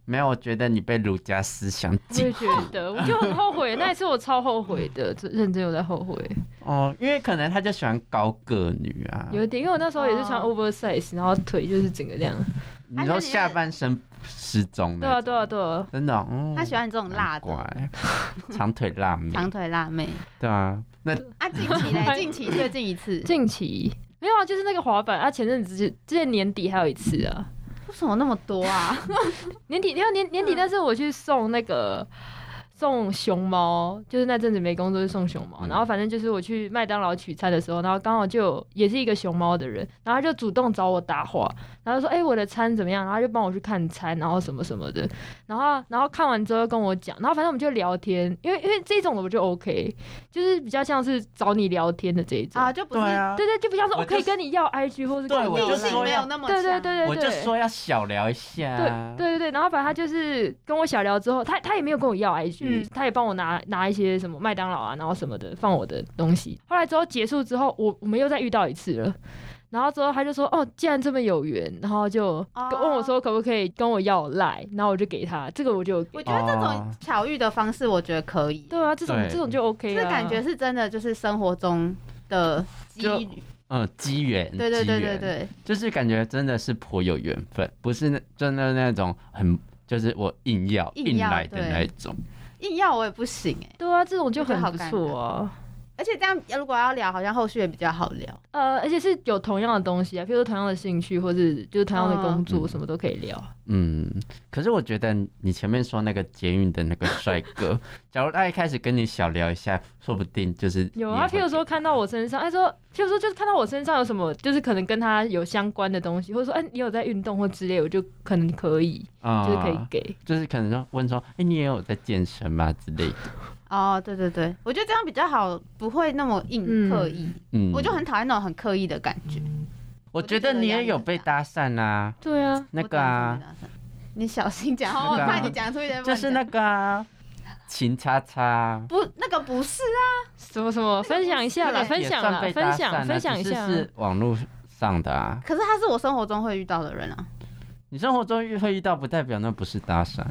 [SPEAKER 1] 没有，我觉得你被儒家思想
[SPEAKER 3] 我也
[SPEAKER 1] 禁
[SPEAKER 3] 觉得，我就很后悔，那一次我超后悔的，真认真有在后悔，
[SPEAKER 1] 哦，因为可能他就喜欢高个女啊。
[SPEAKER 3] 有一点，因为我那时候也是穿
[SPEAKER 2] 哦
[SPEAKER 3] oversize，然后腿就是整个这样。
[SPEAKER 1] 你说下半身失踪
[SPEAKER 3] 对啊，
[SPEAKER 1] 的，
[SPEAKER 3] 对啊，对啊，
[SPEAKER 1] 真的哦，嗯
[SPEAKER 2] 他喜欢你这种辣
[SPEAKER 1] 难
[SPEAKER 2] 的
[SPEAKER 1] 怪长腿辣 妹，
[SPEAKER 2] 长腿辣妹
[SPEAKER 1] 对啊，那
[SPEAKER 2] 啊。近期嘞，近期最近一次，
[SPEAKER 3] 近期没有啊，就是那个滑板啊，前阵子之之前年底还有一次啊，
[SPEAKER 2] 为什么那么多 啊？
[SPEAKER 3] 年底，然后年
[SPEAKER 1] 嗯
[SPEAKER 3] 年底，但是我去送那个。送熊猫，就是那阵子没工作就送熊猫，
[SPEAKER 1] 嗯
[SPEAKER 3] 然后反正就是我去麦当劳取餐的时候，然后刚好就有也是一个熊猫的人，然后他就主动找我搭话，然后说哎、我的餐怎么样，然后他就帮我去看餐，然后什么什么的，然后然后看完之后跟我讲，然后反正我们就聊天，因为因为这种的我就 OK，就是比较像是找你聊天的这一种，
[SPEAKER 2] 啊，就不
[SPEAKER 1] 对
[SPEAKER 2] 是，
[SPEAKER 1] 啊，
[SPEAKER 3] 对对，就比较说
[SPEAKER 1] 我
[SPEAKER 3] 我可以
[SPEAKER 1] 就是
[SPEAKER 3] 跟你要 IG 或是
[SPEAKER 1] 对
[SPEAKER 3] 跟你
[SPEAKER 1] 我
[SPEAKER 3] 要
[SPEAKER 1] 就
[SPEAKER 2] 诱
[SPEAKER 1] 说
[SPEAKER 2] 因没有那么强。
[SPEAKER 3] 对对对对对，
[SPEAKER 1] 我就说要小聊一下啊，
[SPEAKER 3] 对对对，然后反正他就是跟我小聊之后，他他也没有跟我要 IG，、
[SPEAKER 2] 嗯
[SPEAKER 3] 他也帮我拿拿一些什么麦当劳啊，然后什么的放我的东西。后来之后结束之后，我我们又再遇到一次了。然后之后他就说哦，既然这么有缘，然后就
[SPEAKER 2] 哦
[SPEAKER 3] 问我说可不可以跟我要赖，然后我就给他，这个我就
[SPEAKER 2] 我觉得这种
[SPEAKER 1] 哦
[SPEAKER 2] 巧遇的方式，我觉得可以，
[SPEAKER 3] 对啊，这种
[SPEAKER 1] 对
[SPEAKER 3] 这种就 OK
[SPEAKER 2] 就
[SPEAKER 3] 了，
[SPEAKER 2] 是感觉是真的，就是生活中的机
[SPEAKER 1] 就
[SPEAKER 2] 遇，
[SPEAKER 1] 嗯，机缘，
[SPEAKER 2] 对对对
[SPEAKER 1] 机
[SPEAKER 2] 对
[SPEAKER 1] 缘，
[SPEAKER 2] 对，
[SPEAKER 1] 就是感觉真的是颇有缘分，不是那真的那种很就是我硬要
[SPEAKER 2] 硬
[SPEAKER 1] 硬
[SPEAKER 2] 要
[SPEAKER 1] 来的
[SPEAKER 2] 对
[SPEAKER 1] 那一种。
[SPEAKER 2] 硬要我也不行哎、
[SPEAKER 3] 对啊，这种就
[SPEAKER 2] 我觉得
[SPEAKER 3] 很
[SPEAKER 2] 好
[SPEAKER 3] 不
[SPEAKER 2] 尴
[SPEAKER 3] 错啊。
[SPEAKER 2] 而且这样如果要聊，好像后续也比较好聊。
[SPEAKER 3] 呃，而且是有同样的东西啊，比如说同样的兴趣，或是就是同样的工作，
[SPEAKER 1] 嗯
[SPEAKER 3] 什么都可以聊。
[SPEAKER 1] 嗯，可是我觉得你前面说那个捷运的那个帅 哥，假如他一开始跟你小聊一下，说不定就是
[SPEAKER 3] 有
[SPEAKER 1] 你也
[SPEAKER 3] 啊，
[SPEAKER 1] 会
[SPEAKER 3] 譬如说看到我身上，哎说，譬如说就是看到我身上有什么，就是可能跟他有相关的东西，或者说哎你有在运动或之类，我就可能可以，
[SPEAKER 1] 啊
[SPEAKER 3] 就是可以给。
[SPEAKER 1] 就是可能说问说，哎、你也有在健身吗之类的。
[SPEAKER 2] 哦，对对对，我觉得这样比较好，不会那么硬
[SPEAKER 3] 嗯
[SPEAKER 2] 刻意。
[SPEAKER 1] 嗯，
[SPEAKER 2] 我就很讨厌那种很刻意的感觉。
[SPEAKER 1] 我觉得你也有被搭讪啊，
[SPEAKER 3] 对啊，
[SPEAKER 1] 那
[SPEAKER 2] 我
[SPEAKER 1] 个啊
[SPEAKER 2] 等，一下，等一下你小心讲，
[SPEAKER 1] 那
[SPEAKER 2] 我
[SPEAKER 1] 个啊
[SPEAKER 2] 怕你讲出一些乱讲。
[SPEAKER 1] 就是那个啊，秦叉叉。
[SPEAKER 2] 不，那个不是啊，
[SPEAKER 3] 什么 什么分享一下啦，分
[SPEAKER 1] 也
[SPEAKER 3] 享
[SPEAKER 1] 算
[SPEAKER 3] 啦，
[SPEAKER 1] 被
[SPEAKER 3] 分
[SPEAKER 1] 搭讪啊
[SPEAKER 3] 享分享一
[SPEAKER 1] 只是
[SPEAKER 3] 下。
[SPEAKER 1] 是网络上的啊。
[SPEAKER 2] 可是他是我生活中会遇到的人啊。
[SPEAKER 1] 你生活中遇会遇到，不代表那不是搭讪，啊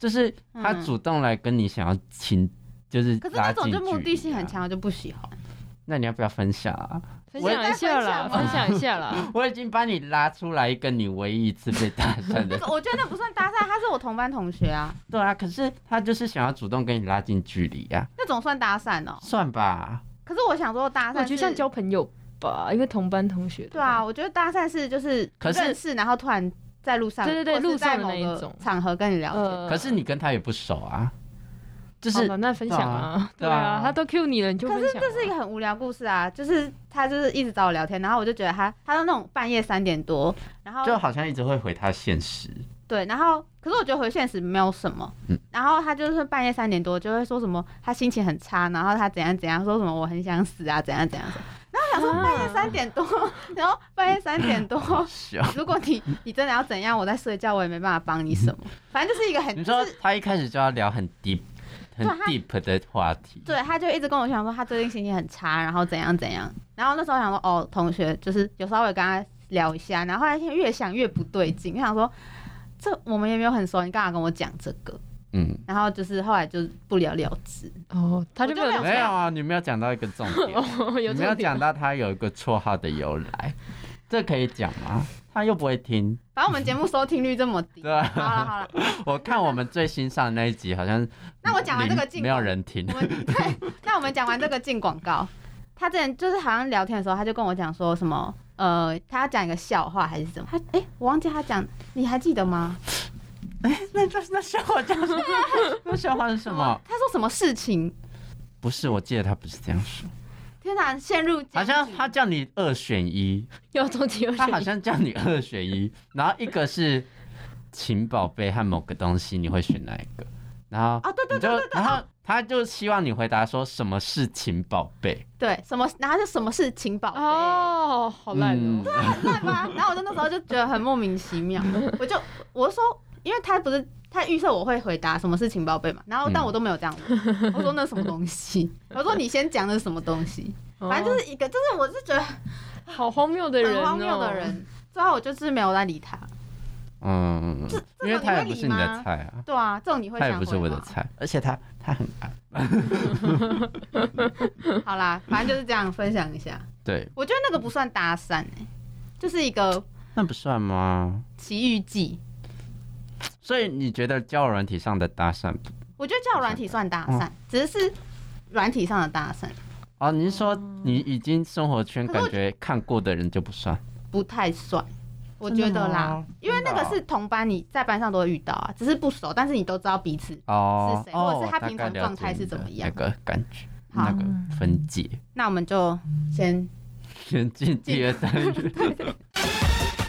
[SPEAKER 1] 就是他
[SPEAKER 2] 嗯
[SPEAKER 1] 主动来跟你想要亲，就是
[SPEAKER 2] 可是
[SPEAKER 1] 拉
[SPEAKER 2] 那种
[SPEAKER 1] 近
[SPEAKER 2] 就目
[SPEAKER 1] 距
[SPEAKER 2] 的
[SPEAKER 1] 离
[SPEAKER 2] 性很
[SPEAKER 1] 啊。
[SPEAKER 2] 强，我就不喜欢。
[SPEAKER 1] 那你要不要分享啊？
[SPEAKER 3] 分
[SPEAKER 1] 我也
[SPEAKER 3] 享一下啦，
[SPEAKER 2] 在分
[SPEAKER 3] 分
[SPEAKER 2] 享啊
[SPEAKER 3] 享一 下啦。
[SPEAKER 1] 我已经把你拉出来一个你唯一一次被搭讪
[SPEAKER 2] 那
[SPEAKER 1] 的
[SPEAKER 2] 个，我觉得那不算搭讪，他是我同班同学啊，
[SPEAKER 1] 对啊。可是他就是想要主动跟你拉近距离呀、
[SPEAKER 2] 那种算搭讪哦
[SPEAKER 1] 啊，。算吧。
[SPEAKER 2] 可是我想说搭
[SPEAKER 3] 我
[SPEAKER 1] 哦
[SPEAKER 2] 讪
[SPEAKER 3] 觉得
[SPEAKER 2] 是，
[SPEAKER 3] 像交朋友吧，因为同班同学。
[SPEAKER 2] 对啊，，我觉得搭讪是就是
[SPEAKER 1] 可是
[SPEAKER 2] 认识，然后突然在路上，
[SPEAKER 3] 对对对
[SPEAKER 2] 或是
[SPEAKER 3] 路上
[SPEAKER 2] 在
[SPEAKER 3] 的
[SPEAKER 2] 某
[SPEAKER 3] 那一
[SPEAKER 2] 个
[SPEAKER 3] 种
[SPEAKER 2] 场合跟你聊天。
[SPEAKER 3] 呃，
[SPEAKER 1] 可是你跟他也不熟啊，就
[SPEAKER 3] 好
[SPEAKER 1] 是
[SPEAKER 2] 哦
[SPEAKER 3] 了，那分享啊，
[SPEAKER 1] 对啊对
[SPEAKER 3] 对
[SPEAKER 1] 啊
[SPEAKER 3] 啊，他都 Q 你了，你就
[SPEAKER 2] 可
[SPEAKER 3] 分
[SPEAKER 2] 是
[SPEAKER 3] 享啊。
[SPEAKER 2] 这是一个很无聊故事啊，就是他就是一直找我聊天，然后我就觉得他他都那种半夜三点多，然后
[SPEAKER 1] 就好像一直会回他现实。
[SPEAKER 2] 对，然后可是我觉得回现实没有什么，
[SPEAKER 1] 嗯
[SPEAKER 2] 然后他就是半夜三点多就会说什么他心情很差，然后他怎样怎样，说什么我很想死啊，怎样怎样，然后我想说半夜三点多，然后半夜三点多。
[SPEAKER 1] 好笑。
[SPEAKER 2] 如果你你真的要怎样，我在睡觉，我也没办法帮你什么。反正就是一个很，
[SPEAKER 1] 你
[SPEAKER 2] 就
[SPEAKER 1] 说
[SPEAKER 2] 是
[SPEAKER 1] 他一开始就要聊很 deep、很
[SPEAKER 2] 对他
[SPEAKER 1] deep 的话题，
[SPEAKER 2] 对，他就一直跟我讲说他最近心情很差，然后怎样怎样。然后那时候想说，哦，同学就是有稍微跟他聊一下，然后后来越想越不对劲，就想说这我们也没有很熟，你干嘛跟我讲这个？
[SPEAKER 1] 嗯。
[SPEAKER 2] 然后就是后来就不了了之。
[SPEAKER 3] 哦，他就没有
[SPEAKER 2] 我就
[SPEAKER 1] 没有啊，你没有讲到一个重 点，
[SPEAKER 3] 哦， 有
[SPEAKER 1] 你
[SPEAKER 3] 这
[SPEAKER 1] 没有
[SPEAKER 3] 个点
[SPEAKER 1] 讲到他有一个绰号的由来，这可以讲吗？他又不会听。
[SPEAKER 2] 反正我们节目收听率这么 低。
[SPEAKER 1] 对啊
[SPEAKER 2] 好了好了，
[SPEAKER 1] 我看我们最新上的那一集好像
[SPEAKER 2] 那我讲完这个
[SPEAKER 1] 零
[SPEAKER 2] 进
[SPEAKER 1] 没有人听
[SPEAKER 2] 我。们对，那我们讲完这个进广告。他之前就是好像聊天的时候，他就跟我讲说什么，呃，他要讲一个笑话还是什么？他哎、我忘记他讲，你还记得吗？
[SPEAKER 1] 那那那笑话叫什 么？那笑话是什么？
[SPEAKER 2] 他说什么事情？
[SPEAKER 1] 不是，我记得他不是这样说，
[SPEAKER 2] 天哪，陷入
[SPEAKER 1] 好
[SPEAKER 2] 僵局
[SPEAKER 1] 像他叫你二选一，
[SPEAKER 3] 要中间有
[SPEAKER 1] 他好
[SPEAKER 3] 选一
[SPEAKER 1] 像叫你二选一，然后一个是请宝贝和某个东西，你会选哪一个？然后
[SPEAKER 2] 哦对对
[SPEAKER 1] 你就然后他就希望你回答说什么是请宝贝，
[SPEAKER 2] 对什么，然后是什么事情宝贝？
[SPEAKER 3] 哦，好烂
[SPEAKER 1] 嗯
[SPEAKER 3] 哦。
[SPEAKER 2] 很烂吗？然后我就那时候就觉得很莫名其妙，我就我就说，因为他不是他预设我会回答什么是情报贝嘛，然后但
[SPEAKER 1] 嗯
[SPEAKER 2] 我都没有这样问，我说那什么东西，我说你先讲的是什么东西，反正
[SPEAKER 3] 哦
[SPEAKER 2] 就是一个，就是我是觉得
[SPEAKER 3] 好荒谬的人、
[SPEAKER 2] 很
[SPEAKER 3] 哦，
[SPEAKER 2] 荒谬的。人，最后我就是没有再理他。
[SPEAKER 1] 嗯，
[SPEAKER 2] 这
[SPEAKER 1] 因为
[SPEAKER 2] 种你
[SPEAKER 1] 他
[SPEAKER 2] 会
[SPEAKER 1] 也不
[SPEAKER 2] 理
[SPEAKER 1] 是你的
[SPEAKER 2] 吗
[SPEAKER 1] 菜啊，
[SPEAKER 2] 对啊，这种你会
[SPEAKER 1] 他
[SPEAKER 2] 想
[SPEAKER 1] 也不是
[SPEAKER 2] 回
[SPEAKER 1] 我的
[SPEAKER 2] 吗。
[SPEAKER 1] 菜，而且他他很啊矮，
[SPEAKER 2] 好啦，反正就是这样分享一下，
[SPEAKER 1] 对，
[SPEAKER 2] 我觉得那个不算搭讪哎、就是一个
[SPEAKER 1] 那不算吗？
[SPEAKER 2] 奇遇记。
[SPEAKER 1] 所以你觉得交友软体上的搭讪不
[SPEAKER 2] 我觉得叫软体算搭讪，
[SPEAKER 1] 嗯
[SPEAKER 2] 只是软体上的搭讪
[SPEAKER 1] 哦？您说你已经生活圈
[SPEAKER 2] 嗯可是
[SPEAKER 1] 感
[SPEAKER 2] 我
[SPEAKER 1] 觉看过的人就不算，
[SPEAKER 2] 不太算，我
[SPEAKER 1] 真的
[SPEAKER 2] 觉得啦
[SPEAKER 1] 吗，
[SPEAKER 2] 因为那个
[SPEAKER 1] 真的哦
[SPEAKER 2] 是同班，你在班上都会遇到啊，只是不熟，但是你都知道彼此。
[SPEAKER 1] 哦
[SPEAKER 2] 是谁或者
[SPEAKER 1] 哦，
[SPEAKER 2] 是他
[SPEAKER 1] 大
[SPEAKER 2] 平
[SPEAKER 1] 概
[SPEAKER 2] 常
[SPEAKER 1] 了
[SPEAKER 2] 状
[SPEAKER 1] 解
[SPEAKER 2] 态
[SPEAKER 1] 你
[SPEAKER 2] 是怎
[SPEAKER 1] 的
[SPEAKER 2] 么样
[SPEAKER 1] 那个感觉，
[SPEAKER 2] 好嗯
[SPEAKER 1] 那个分解。
[SPEAKER 2] 那我们就先
[SPEAKER 1] 先进第二 单元。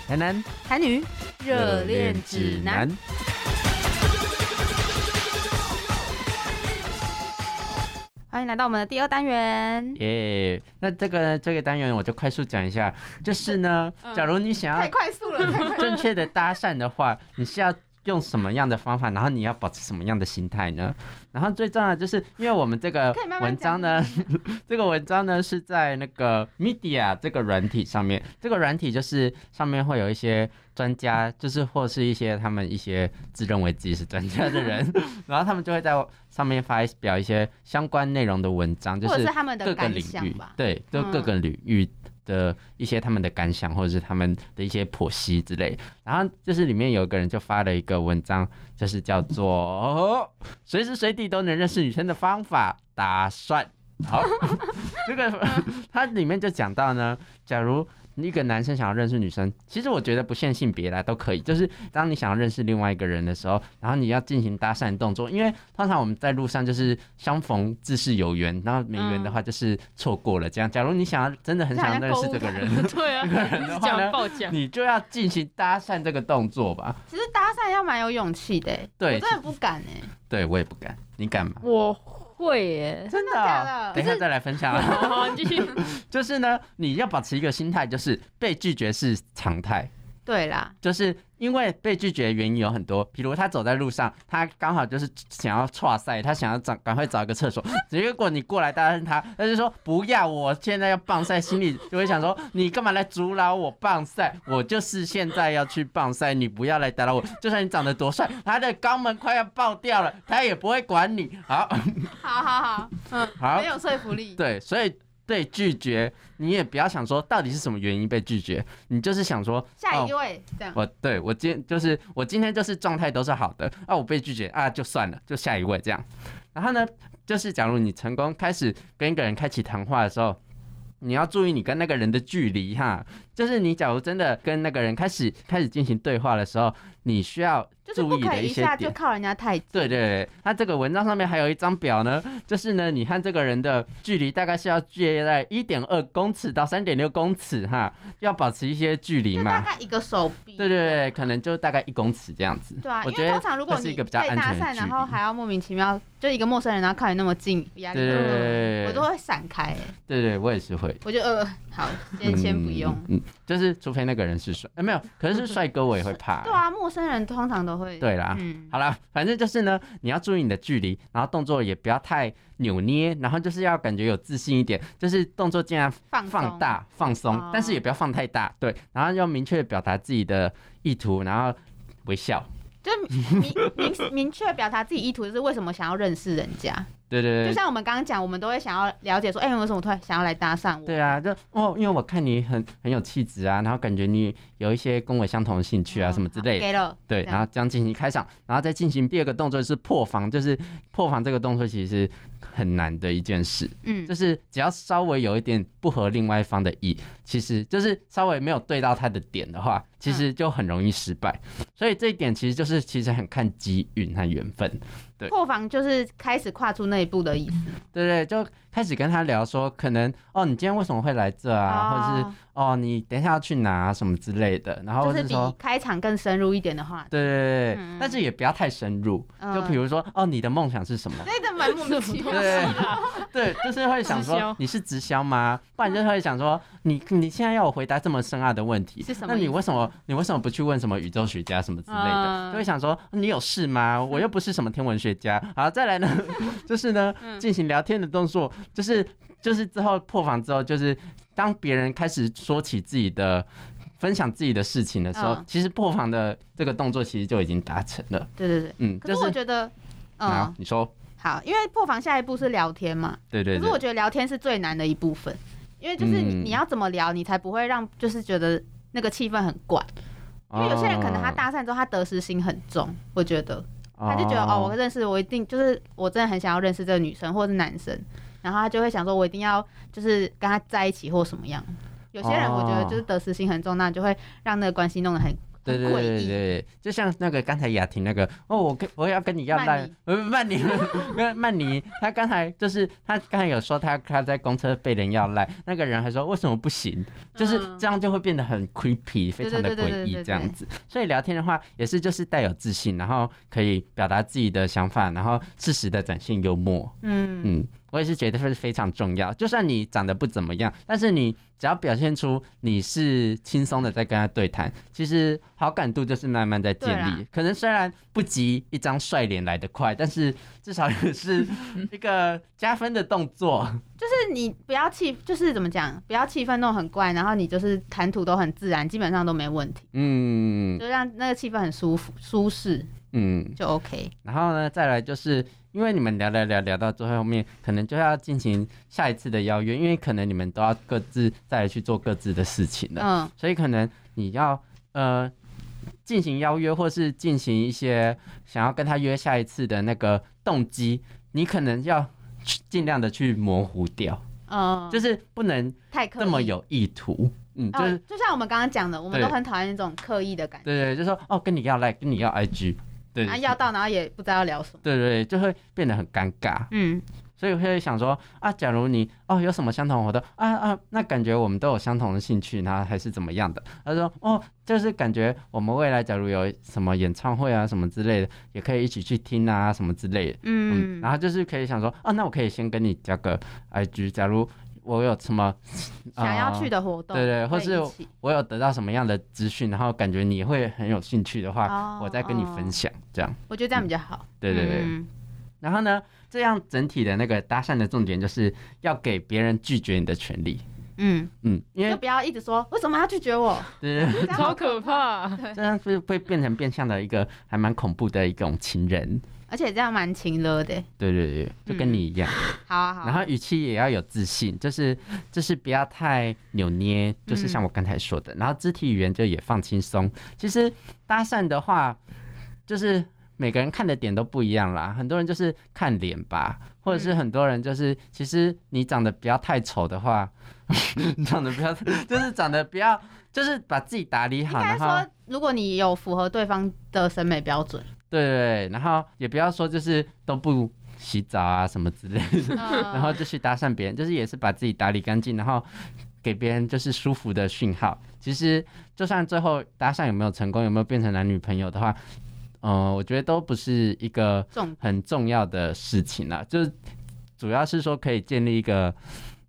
[SPEAKER 1] 台南
[SPEAKER 2] 台女热恋指南，，欢迎来到我们的第二单元。
[SPEAKER 1] 耶那这个这个单元我就快速讲一
[SPEAKER 2] 嗯
[SPEAKER 1] 下，就是呢，假如你想
[SPEAKER 2] 太
[SPEAKER 1] 要
[SPEAKER 2] 快速了，太快
[SPEAKER 1] 正确的搭讪的话，你是要用什么样的方法，然后你要保持什么样的心态呢？然后最重要的就是，因为我们这个
[SPEAKER 2] 可以慢慢
[SPEAKER 1] 文章呢， 这个文章呢是在那个 Media 这个软体上面，这个软体就是上面会有一些专家，就是或是一些他们一些自认为自己是专家的人， 然后他们就会在上面发表一些相关内容的文章，就
[SPEAKER 2] 或者
[SPEAKER 1] 是
[SPEAKER 2] 是他们
[SPEAKER 1] 各
[SPEAKER 2] 的
[SPEAKER 1] 个
[SPEAKER 2] 感
[SPEAKER 1] 领
[SPEAKER 2] 想
[SPEAKER 1] 域
[SPEAKER 2] 吧，。
[SPEAKER 1] 对，就各
[SPEAKER 2] 嗯
[SPEAKER 1] 个领域的一些他们的感想，或者是他们的一些剖析之类。然后就是里面有一个人就发了一个文章，就是叫做“随时随地都能认识女生的方法”，打算。好， 这个它里面就讲到呢，假如一个男生想要认识女生，其实我觉得不限性别啦，都可以。就是当你想要认识另外一个人的时候，然后你要进行搭讪动作，因为通常我们在路上就是相逢自是有缘，然后没缘的话就是错过了。这样，假如你想要真的很想要认识这个人，
[SPEAKER 3] 对啊，
[SPEAKER 1] 人的
[SPEAKER 3] 是
[SPEAKER 1] 话呢
[SPEAKER 3] 讲爆讲，
[SPEAKER 1] 你就要进行搭讪这个动作吧。
[SPEAKER 2] 其实搭讪要蛮有勇气的欸，
[SPEAKER 1] 对
[SPEAKER 2] 我真的不敢哎，
[SPEAKER 1] 对我也不敢，你敢吗？
[SPEAKER 3] 我会耶。
[SPEAKER 1] 真的
[SPEAKER 2] 真
[SPEAKER 1] 哦
[SPEAKER 2] 的假的
[SPEAKER 1] 等一下再来分享啊。
[SPEAKER 3] 好好，你继续。
[SPEAKER 1] 就是呢，你要保持一个心态，就是被拒绝是常态。
[SPEAKER 2] 对啦，
[SPEAKER 1] 就是因为被拒绝的原因有很多，比如他走在路上，他刚好就是想要岔赛，他想要找赶快找一个厕所， 结果你过来搭讪他，他就说不要，我现在要棒赛，心里就会想说你干嘛来阻挠我棒赛？我就是现在要去棒赛，你不要来打扰我。就算你长得多帅，他的肛门快要爆掉了，他也不会管你。好
[SPEAKER 2] 好好好，嗯，
[SPEAKER 1] 好
[SPEAKER 2] 没，有说服力，
[SPEAKER 1] 对，所以。对拒绝，你也不要想说到底是什么原因被拒绝，你就是想说
[SPEAKER 2] 下
[SPEAKER 1] 哦
[SPEAKER 2] 一位这样，
[SPEAKER 1] 我对我今天就是我今天就是状态都是好的啊，我被拒绝啊，就算了，就下一位这样。然后呢，就是假如你成功开始跟一个人开启谈话的时候。你要注意你跟那个人的距离哈，就是你假如真的跟那个人开始开始进行对话的时候，你需要
[SPEAKER 2] 就是
[SPEAKER 1] 注
[SPEAKER 2] 不
[SPEAKER 1] 意
[SPEAKER 2] 可
[SPEAKER 1] 的
[SPEAKER 2] 以
[SPEAKER 1] 一
[SPEAKER 2] 一
[SPEAKER 1] 些
[SPEAKER 2] 下
[SPEAKER 1] 点
[SPEAKER 2] 就。靠人家太近，
[SPEAKER 1] 对对对，他这个文章上面还有一张表呢，就是呢，你和这个人的距离大概是要介在一点二公尺到三点六公尺哈，要保持一些距离
[SPEAKER 2] 就
[SPEAKER 1] 嘛
[SPEAKER 2] 大。概一个手臂，
[SPEAKER 1] 对对对，可能就大概一公尺这样子。
[SPEAKER 2] 对啊，
[SPEAKER 1] 我
[SPEAKER 2] 因
[SPEAKER 1] 觉
[SPEAKER 2] 为
[SPEAKER 1] 得
[SPEAKER 2] 通常如果
[SPEAKER 1] 这是
[SPEAKER 2] 你
[SPEAKER 1] 一个
[SPEAKER 2] 被
[SPEAKER 1] 比较安
[SPEAKER 2] 搭
[SPEAKER 1] 全的
[SPEAKER 2] 讪，
[SPEAKER 1] 距离
[SPEAKER 2] 然后还要莫名其妙就一个陌生人，然后靠你那么近，压力
[SPEAKER 1] 对对
[SPEAKER 2] 很大
[SPEAKER 1] 对
[SPEAKER 2] 我都会闪开欸，
[SPEAKER 1] 对对，我也是会。
[SPEAKER 2] 我就呃好，先先不用。
[SPEAKER 1] 嗯，嗯，就是除非那个人是帅，哎、没有，可是帅哥我也会怕。
[SPEAKER 2] 对啊，陌生人通常都会。
[SPEAKER 1] 对啊啦，
[SPEAKER 2] 嗯，
[SPEAKER 1] 好啦，反正就是呢，你要注意你的距离，然后动作也不要太扭捏，然后就是要感觉有自信一点，就是动作尽量
[SPEAKER 2] 放
[SPEAKER 1] 放
[SPEAKER 2] 松，
[SPEAKER 1] 大放松
[SPEAKER 2] 哦，
[SPEAKER 1] 但是也不要放太大，对，然后要明确地表达自己的意图，然后微笑。
[SPEAKER 2] 就明明明确表达自己意图，就是为什么想要认识人家。
[SPEAKER 1] 对对对，
[SPEAKER 2] 就像我们刚刚讲，我们都会想要了解说，哎、你为什么突然想要来搭讪我？
[SPEAKER 1] 对啊，就哦，因为我看你很很有气质啊，然后感觉你有一些跟我相同的兴趣啊，什么之类的。
[SPEAKER 2] 嗯给了，
[SPEAKER 1] 对，
[SPEAKER 2] 哦这
[SPEAKER 1] 然
[SPEAKER 2] 样
[SPEAKER 1] 后这样进行开场，然后再进行第二个动作是破防，就是破防这个动作其实是很难的一件事，
[SPEAKER 2] 嗯
[SPEAKER 1] 就，是只要稍微有一点不合另外一方的意，其实就是稍微没有对到他的点的话，
[SPEAKER 2] 嗯
[SPEAKER 1] 其实就很容易失败。所以这一点其实就是其实很看机运和缘分。对
[SPEAKER 2] 破防就是开始跨出那一步的意思
[SPEAKER 1] 对对，就开始跟他聊说，可能哦，你今天为什么会来这啊，或者是哦，你等一下要去哪、什么之类的，然后
[SPEAKER 2] 哦
[SPEAKER 1] 或
[SPEAKER 2] 就是是比
[SPEAKER 1] 说，
[SPEAKER 2] 开场更深入一点的话，
[SPEAKER 1] 对对对对，
[SPEAKER 2] 嗯
[SPEAKER 1] 但是也不要太深入，
[SPEAKER 2] 嗯
[SPEAKER 1] 就比如说，哦，你的梦想是什么？
[SPEAKER 2] 那个蛮莫名其妙。
[SPEAKER 1] 对对，就是会想
[SPEAKER 3] 直
[SPEAKER 1] 说
[SPEAKER 3] 销
[SPEAKER 1] 你是直销吗？不然就是会想说你你现在要我回答这么深奥的问题
[SPEAKER 2] 是什，么
[SPEAKER 1] 那你
[SPEAKER 2] 意思
[SPEAKER 1] 为什么你为什么不去问什么宇宙学家什么之类
[SPEAKER 2] 嗯
[SPEAKER 1] 的？就会想说你有事吗？我又不是什么天文学 家。好，再来呢， 就是呢
[SPEAKER 2] 嗯
[SPEAKER 1] 进行聊天的动作，就是就是之后破防之后，就是当别人开始说起自己的。分享自己的事情的时候，
[SPEAKER 2] 嗯
[SPEAKER 1] 其实破防的这个动作其实就已经达成了。
[SPEAKER 2] 对对对，
[SPEAKER 1] 嗯，
[SPEAKER 2] 可
[SPEAKER 1] 就是是
[SPEAKER 2] 我觉得，
[SPEAKER 1] 好
[SPEAKER 2] 嗯，，
[SPEAKER 1] 你说
[SPEAKER 2] 好，因为破防下一步是聊天嘛，
[SPEAKER 1] 对对
[SPEAKER 2] 可
[SPEAKER 1] 对。
[SPEAKER 2] 是我觉得聊天是最难的一部分，因为就是你
[SPEAKER 1] 嗯
[SPEAKER 2] 你要怎么聊，你才不会让就是觉得那个气氛很怪。因为有些人可能他搭讪之后，他得失心很重，我觉得
[SPEAKER 1] 哦，
[SPEAKER 2] 他就觉得哦，我认识我一定就是我真的很想要认识这个女生或者是男生，然后他就会想说我一定要就是跟他在一起或什么样。有些人
[SPEAKER 1] 哦
[SPEAKER 2] 我觉得就是得失心很重，那你就会让那个关系弄得很
[SPEAKER 1] 对对
[SPEAKER 2] 很
[SPEAKER 1] 对
[SPEAKER 2] 诡
[SPEAKER 1] 对
[SPEAKER 2] 异
[SPEAKER 1] 对，就像那个刚才雅婷那个，哦，我跟我要跟你要
[SPEAKER 2] 曼
[SPEAKER 1] 赖，呃，曼妮，跟曼妮，她刚才就是她刚才有说她她在公车被人要赖，那个人还说为什么不行，就是
[SPEAKER 2] 嗯
[SPEAKER 1] 这样就会变得很 creepy，非常
[SPEAKER 2] 对对
[SPEAKER 1] 的
[SPEAKER 2] 对
[SPEAKER 1] 诡
[SPEAKER 2] 对对
[SPEAKER 1] 异
[SPEAKER 2] 对
[SPEAKER 1] 这样子。所以聊天的话也是就是带有自信，然后可以表达自己的想法，然后适时的展现幽默。
[SPEAKER 2] 嗯
[SPEAKER 1] 嗯，我也是觉得是非常重要。就算你长得不怎么样，但是你只要表现出你是轻松的在跟他对谈，其实好感度就是慢慢在建
[SPEAKER 2] 对啊
[SPEAKER 1] 立。可能虽然不及一张帅脸来得快，但是至少也是一个加分的动作。
[SPEAKER 2] 就是你不要气，就是怎么讲，不要气氛弄很怪，然后你就是谈吐都很自然，基本上都没问题，
[SPEAKER 1] 嗯
[SPEAKER 2] 就让那个气氛很舒服、舒适
[SPEAKER 1] 嗯，
[SPEAKER 2] 就 OK。
[SPEAKER 1] 然后呢，再来就是因为你们聊聊聊聊到最后面，可能就要进行下一次的邀约，因为可能你们都要各自再来去做各自的事情了。
[SPEAKER 2] 嗯，
[SPEAKER 1] 所以可能你要呃进行邀约，或是进行一些想要跟他约下一次的那个动机，你可能要去尽量的去模糊掉，
[SPEAKER 2] 嗯，
[SPEAKER 1] 就是是不能
[SPEAKER 2] 太刻意
[SPEAKER 1] 这么有意图。嗯，就是、
[SPEAKER 2] 嗯，就像我们刚刚讲的，我们
[SPEAKER 1] 对
[SPEAKER 2] 都很讨厌这种刻意的感觉，
[SPEAKER 1] 对对，就说哦，跟你要 like，跟你要 IG，对，
[SPEAKER 2] 啊，要到然后也不知道要聊什么。
[SPEAKER 1] 对对，就会变得很尴尬。
[SPEAKER 2] 嗯，
[SPEAKER 1] 所以会想说啊，假如你哦有什么相同活动啊啊，那感觉我们都有相同的兴趣，然后还是怎么样的？他说哦，就是感觉我们未来假如有什么演唱会啊什么之类的，也可以一起去听啊什么之类的。嗯，
[SPEAKER 2] 嗯，
[SPEAKER 1] 然后就是可以想说啊，那我可以先跟你加个啊 IG，假如我有什么、呃
[SPEAKER 2] 想要去的活动，
[SPEAKER 1] 对对或
[SPEAKER 2] 可以
[SPEAKER 1] 是
[SPEAKER 2] 一起
[SPEAKER 1] 我有得到什么样的资讯，然后感觉你会很有兴趣的话，
[SPEAKER 2] 哦
[SPEAKER 1] 啊我再跟你分
[SPEAKER 2] 哦
[SPEAKER 1] 享，这样
[SPEAKER 2] 我觉得这样比较好。
[SPEAKER 1] 对对对。
[SPEAKER 2] 嗯
[SPEAKER 1] 然后呢，这样整体的那个搭讪的重点就是要给别人拒绝你的权利。
[SPEAKER 2] 嗯，
[SPEAKER 1] 嗯，因
[SPEAKER 2] 就
[SPEAKER 1] 为
[SPEAKER 2] 不要一直说为什么要拒绝 我，
[SPEAKER 1] 对对对，
[SPEAKER 2] 这样
[SPEAKER 3] 超
[SPEAKER 2] 好
[SPEAKER 3] 可怕。
[SPEAKER 1] 呃这样是会变成变相的一个还蛮恐怖的一种情人。
[SPEAKER 2] 而且这样蛮勤了的。
[SPEAKER 1] 对对对，就跟你一样。
[SPEAKER 2] 好啊好
[SPEAKER 1] 然
[SPEAKER 2] 啊，
[SPEAKER 1] 后语气也要有自信，就是就是不要太扭捏，
[SPEAKER 2] 嗯
[SPEAKER 1] 就是像我刚才说的。然后肢体语言就也放轻松。其实搭讪的话，就是每个人看的点都不一样啦。很多人就是看脸吧，或
[SPEAKER 2] 嗯
[SPEAKER 1] 者是很多人就是，其实你长得不要太丑的话， 你长得不要，就是长得不要，就是把自己打理
[SPEAKER 2] 应
[SPEAKER 1] 好，
[SPEAKER 2] 该
[SPEAKER 1] 然后
[SPEAKER 2] 说如果你有符合对方的审美标准，
[SPEAKER 1] 对对对，然后也不要说就是都不洗澡啊什么之类的。然
[SPEAKER 2] 然
[SPEAKER 3] 嗯
[SPEAKER 1] 后就去搭讪别人，就是也是把自己打理干净，然后给别人就是舒服的讯号。其实就算最后搭讪有没有成功，有没有变成男女朋友的话，嗯、我觉得都不是一个
[SPEAKER 2] 重
[SPEAKER 1] 很重要的事情啦，就是主要是说可以建立一个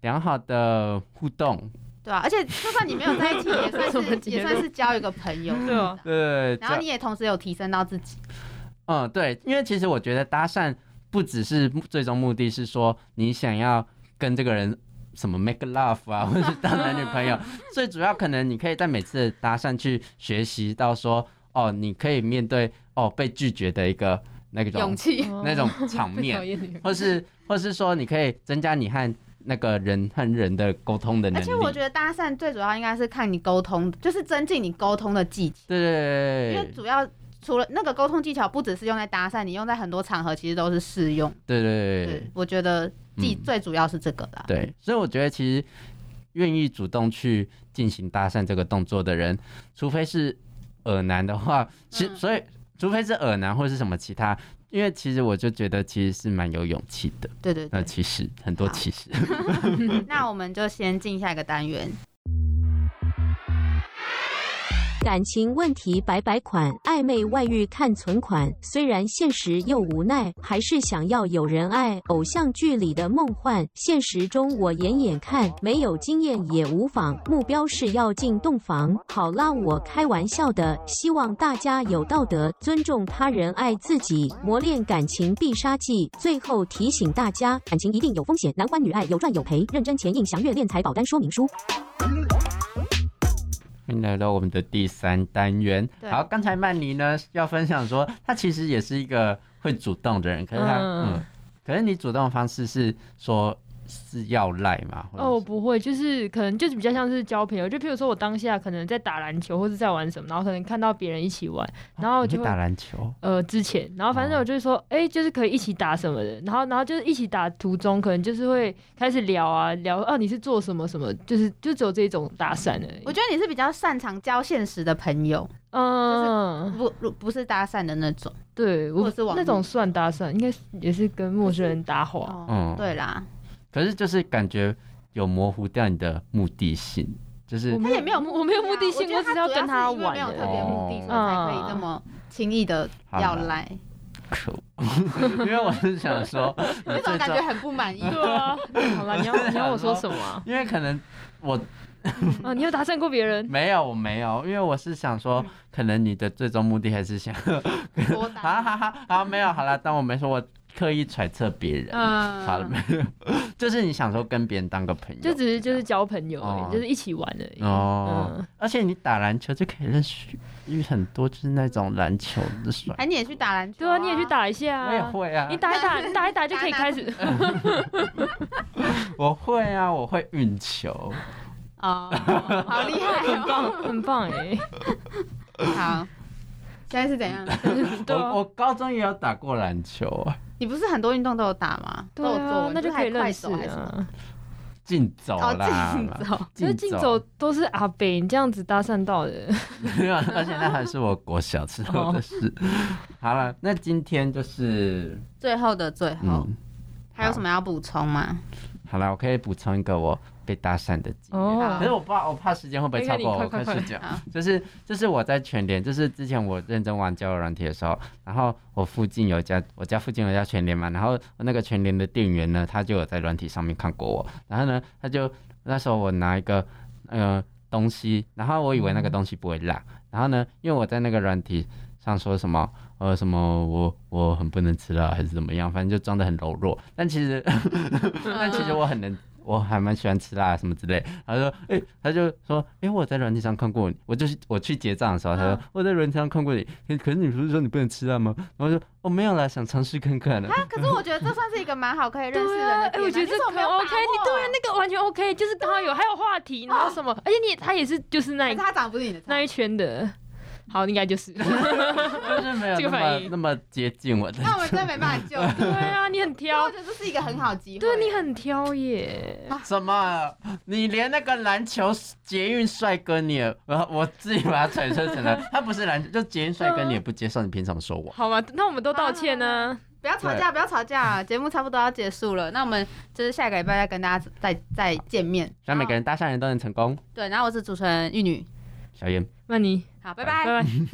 [SPEAKER 1] 良好的互动。
[SPEAKER 2] 对啊，而且就算你没有在一起，也 算
[SPEAKER 3] 什么
[SPEAKER 2] 是
[SPEAKER 3] 结论
[SPEAKER 2] 也算是交一个朋友。
[SPEAKER 3] 对啊
[SPEAKER 1] 对，
[SPEAKER 2] 然后
[SPEAKER 1] 这
[SPEAKER 2] 你也同时有提升到自己，
[SPEAKER 1] 嗯，对，因为其实我觉得搭讪不只是最终目的是说你想要跟这个人什么 make love 啊，或者是当男女 朋友，最主要可能你可以在每次的搭讪去学习到说，哦，你可以面对哦被拒绝的一个那种
[SPEAKER 2] 勇气。
[SPEAKER 1] 那种场
[SPEAKER 3] 被讨
[SPEAKER 1] 面，
[SPEAKER 3] 厌的人
[SPEAKER 1] 或是或是说你可以增加你和那个人和人的沟通的能
[SPEAKER 2] 而
[SPEAKER 1] 力。
[SPEAKER 2] 且我觉得搭讪最主要应该是看你沟通，就是增进你沟通的技巧，
[SPEAKER 1] 对对
[SPEAKER 2] 因
[SPEAKER 1] 对
[SPEAKER 2] 为主要除了那个沟通技巧，不只是用在搭讪，你用在很多场合其实都是适用。
[SPEAKER 1] 对对对
[SPEAKER 2] 对，我觉得最
[SPEAKER 1] 嗯
[SPEAKER 2] 最主要是这个啦。
[SPEAKER 1] 对，所以我觉得其实愿意主动去进行搭讪这个动作的人，除非是耳男的话，其
[SPEAKER 2] 嗯
[SPEAKER 1] 所以除非是耳男或是什么其他，因为其实我就觉得其实是蛮有勇气的。
[SPEAKER 2] 对对
[SPEAKER 1] 那
[SPEAKER 2] 对，
[SPEAKER 1] 其实很多其实，
[SPEAKER 2] 那我们就先进下一个单元。
[SPEAKER 5] 感情问题百百款，暧昧外遇看存款。虽然现实又无奈，还是想要有人爱。偶像剧里的梦幻，现实中我演演看，没有经验也无妨。目标是要进洞房。好啦，我开玩笑的，希望大家有道德，尊重他人，爱自己，磨练感情必杀技。最后提醒大家，感情一定有风险，男欢女爱有赚有赔，认真前应详阅炼财保单说明书。
[SPEAKER 1] 欢迎来到我们的第三单元。
[SPEAKER 2] 对
[SPEAKER 1] 好，刚才曼妮呢要分享说，她其实也是一个会主动的人，可是她嗯
[SPEAKER 3] 嗯
[SPEAKER 1] 可是你主动的方式是说是要赖嘛？或者
[SPEAKER 3] 哦，我
[SPEAKER 1] 是，
[SPEAKER 3] 不会，就是可能就是比较像是交朋友，就譬如说我当下可能在打篮球或是在玩什么，然后可能看到别人一起玩，然后我
[SPEAKER 1] 哦你
[SPEAKER 3] 就
[SPEAKER 1] 会
[SPEAKER 3] 会
[SPEAKER 1] 打篮球，
[SPEAKER 3] 呃，之前，然后反正
[SPEAKER 1] 哦
[SPEAKER 3] 我就是说，哎、就是可以一起打什么的，然后然后就是一起打途中，可能就是会开始聊啊聊，啊你是做什么什么，就是就只有这种搭讪而已。
[SPEAKER 2] 我觉得你是比较擅长交现实的朋友，
[SPEAKER 3] 嗯，
[SPEAKER 2] 不不不是搭讪的那种。
[SPEAKER 3] 对，
[SPEAKER 2] 或
[SPEAKER 3] 我
[SPEAKER 2] 者是网
[SPEAKER 3] 那
[SPEAKER 2] 路
[SPEAKER 3] 种算搭讪，应该是也是跟陌生人搭话。
[SPEAKER 2] 哦，
[SPEAKER 1] 嗯
[SPEAKER 2] 对啦，
[SPEAKER 1] 可是就是感觉有模糊掉你的目的性，就是
[SPEAKER 3] 我
[SPEAKER 2] 他也没有目的啊，
[SPEAKER 3] 我没有目的性，
[SPEAKER 2] 觉得
[SPEAKER 3] 我只是要
[SPEAKER 2] 主
[SPEAKER 3] 跟他
[SPEAKER 2] 是因为
[SPEAKER 3] 玩嗯
[SPEAKER 2] 没有
[SPEAKER 3] 而
[SPEAKER 2] 特
[SPEAKER 3] 已。
[SPEAKER 1] 哦
[SPEAKER 2] 别目的，所以才可以这么轻易的要赖。
[SPEAKER 1] 可 恶，因为我是想 说，你
[SPEAKER 2] 那种
[SPEAKER 1] 最
[SPEAKER 2] 感
[SPEAKER 1] 终
[SPEAKER 2] 觉很不满意。
[SPEAKER 3] 对啊，好了，你要你要我说什么啊？
[SPEAKER 1] 因为可能我
[SPEAKER 3] 啊，你有搭讪过别人？
[SPEAKER 1] 没有，我没有，因为我是想
[SPEAKER 3] 嗯
[SPEAKER 1] 说，可能你的最终目的还是想，
[SPEAKER 2] 多
[SPEAKER 1] 嗯哈
[SPEAKER 2] 大？
[SPEAKER 1] 哈哈，好，没有，好了，当我没说，我刻意揣测别人，
[SPEAKER 2] 嗯
[SPEAKER 1] 好了， 没有，就是你想说跟别人当个朋友，
[SPEAKER 3] 就只是就是交朋友而已，
[SPEAKER 1] 哦
[SPEAKER 3] 就是一起玩而已。
[SPEAKER 1] 哦，
[SPEAKER 3] 嗯
[SPEAKER 1] 而且你打篮球就可以认识很多，就是那种篮球的帅，
[SPEAKER 2] 哎，你也去打篮球？
[SPEAKER 3] 对啊，你也去。打一下
[SPEAKER 1] 我也
[SPEAKER 3] 啊。
[SPEAKER 1] 会啊
[SPEAKER 3] 你，打一打，你打一打就可以开始。
[SPEAKER 1] 我会啊，我会运球，
[SPEAKER 2] 哦，好厉害
[SPEAKER 3] 很
[SPEAKER 2] 哦！
[SPEAKER 3] 棒， 很棒哎！
[SPEAKER 2] 好，现在是怎 样？
[SPEAKER 3] 对啊
[SPEAKER 1] 我我高中也有打过篮球啊，
[SPEAKER 2] 你不是很多运动都有打吗？都
[SPEAKER 3] 对
[SPEAKER 2] 有
[SPEAKER 3] 啊
[SPEAKER 2] 做，，
[SPEAKER 3] 那就可以
[SPEAKER 2] 还快
[SPEAKER 3] 认识
[SPEAKER 2] 走还是什么？
[SPEAKER 3] 啊。
[SPEAKER 1] 竞走
[SPEAKER 2] 哦，
[SPEAKER 1] 啦，
[SPEAKER 2] 自己走。
[SPEAKER 3] 可是竞走都是阿北，你这样子搭讪到的，
[SPEAKER 1] 没有，而且那还是我国小时候的事。
[SPEAKER 3] 哦
[SPEAKER 1] 好了，那今天就是
[SPEAKER 2] 最后的最后，
[SPEAKER 1] 嗯，
[SPEAKER 2] 还有什么要补充吗？
[SPEAKER 1] 好了，我可以补充一个我被搭讪的经验。
[SPEAKER 3] 哦
[SPEAKER 1] 可是我怕我怕时间会不会超过，
[SPEAKER 3] 那个
[SPEAKER 1] 我
[SPEAKER 3] 你快
[SPEAKER 1] 快
[SPEAKER 3] 快
[SPEAKER 1] 睡
[SPEAKER 3] 快
[SPEAKER 1] 觉
[SPEAKER 2] 好。
[SPEAKER 1] 就是就是我在全联，就是之前我认真玩交友软体的时候，然后我附近有一家，我家附近有一家全联嘛，然后那个全联的店员呢，他就有在软体上面看过我，然后呢，他就那时候我拿一个呃东西，然后我以为那个东西不会辣，然后呢，因为我在那个软体上说什么。呃，什么我我很不能吃辣，还是怎么样？反正就装的很柔弱，但其实但 其实我很能，我还蛮喜欢吃辣什么之类。他说，哎、他就说，哎、我在软体上看过你，我就是我去结账的时候，他
[SPEAKER 3] 嗯
[SPEAKER 1] 说、我在软体上看过你，可可是你不是说你不能吃辣吗？然后我就哦没有啦，想尝试看看的。
[SPEAKER 2] 啊，可是我觉得这算是一个蛮好可以认识
[SPEAKER 3] 对
[SPEAKER 2] 人的
[SPEAKER 3] 啊，
[SPEAKER 2] 点啊。
[SPEAKER 3] 哎，我觉得这
[SPEAKER 2] 你怎么没
[SPEAKER 3] 很
[SPEAKER 2] 有把握
[SPEAKER 3] OK，你对啊，那个完全 OK，就是刚好有还有话题，然后什
[SPEAKER 2] 啊
[SPEAKER 3] 么，而且你他也是就是那
[SPEAKER 2] 可
[SPEAKER 3] 一
[SPEAKER 2] 是他长得不是你的
[SPEAKER 3] 那
[SPEAKER 2] 菜。
[SPEAKER 3] 一圈的，好，应 该就是。
[SPEAKER 1] 就是没有 那
[SPEAKER 3] 这个
[SPEAKER 1] 么
[SPEAKER 3] 反应
[SPEAKER 1] 那么接近我 的。
[SPEAKER 2] 那我们真的没办法救。
[SPEAKER 3] 对啊，你很
[SPEAKER 2] 我
[SPEAKER 3] 挑
[SPEAKER 2] 觉，得这是一个很好机会。
[SPEAKER 3] 对啊你很挑耶。
[SPEAKER 1] 什么？啊你连那个篮球捷运帅哥你也，我我自己把他揣测成了，他不是篮球，就捷运帅哥你也不接受，你凭什么说 我？
[SPEAKER 3] 好吧，那我们都道歉呢。
[SPEAKER 2] 不要吵架，不要吵架，啊节目差不多要结束了。那我们就是下个礼拜再跟大家再再见面。
[SPEAKER 1] 让每个人搭讪人都能成功。
[SPEAKER 2] 对，然后我是主持人玉女，
[SPEAKER 1] 小严。
[SPEAKER 3] 曼妮，
[SPEAKER 2] 好，拜拜
[SPEAKER 1] 拜
[SPEAKER 3] 拜。拜。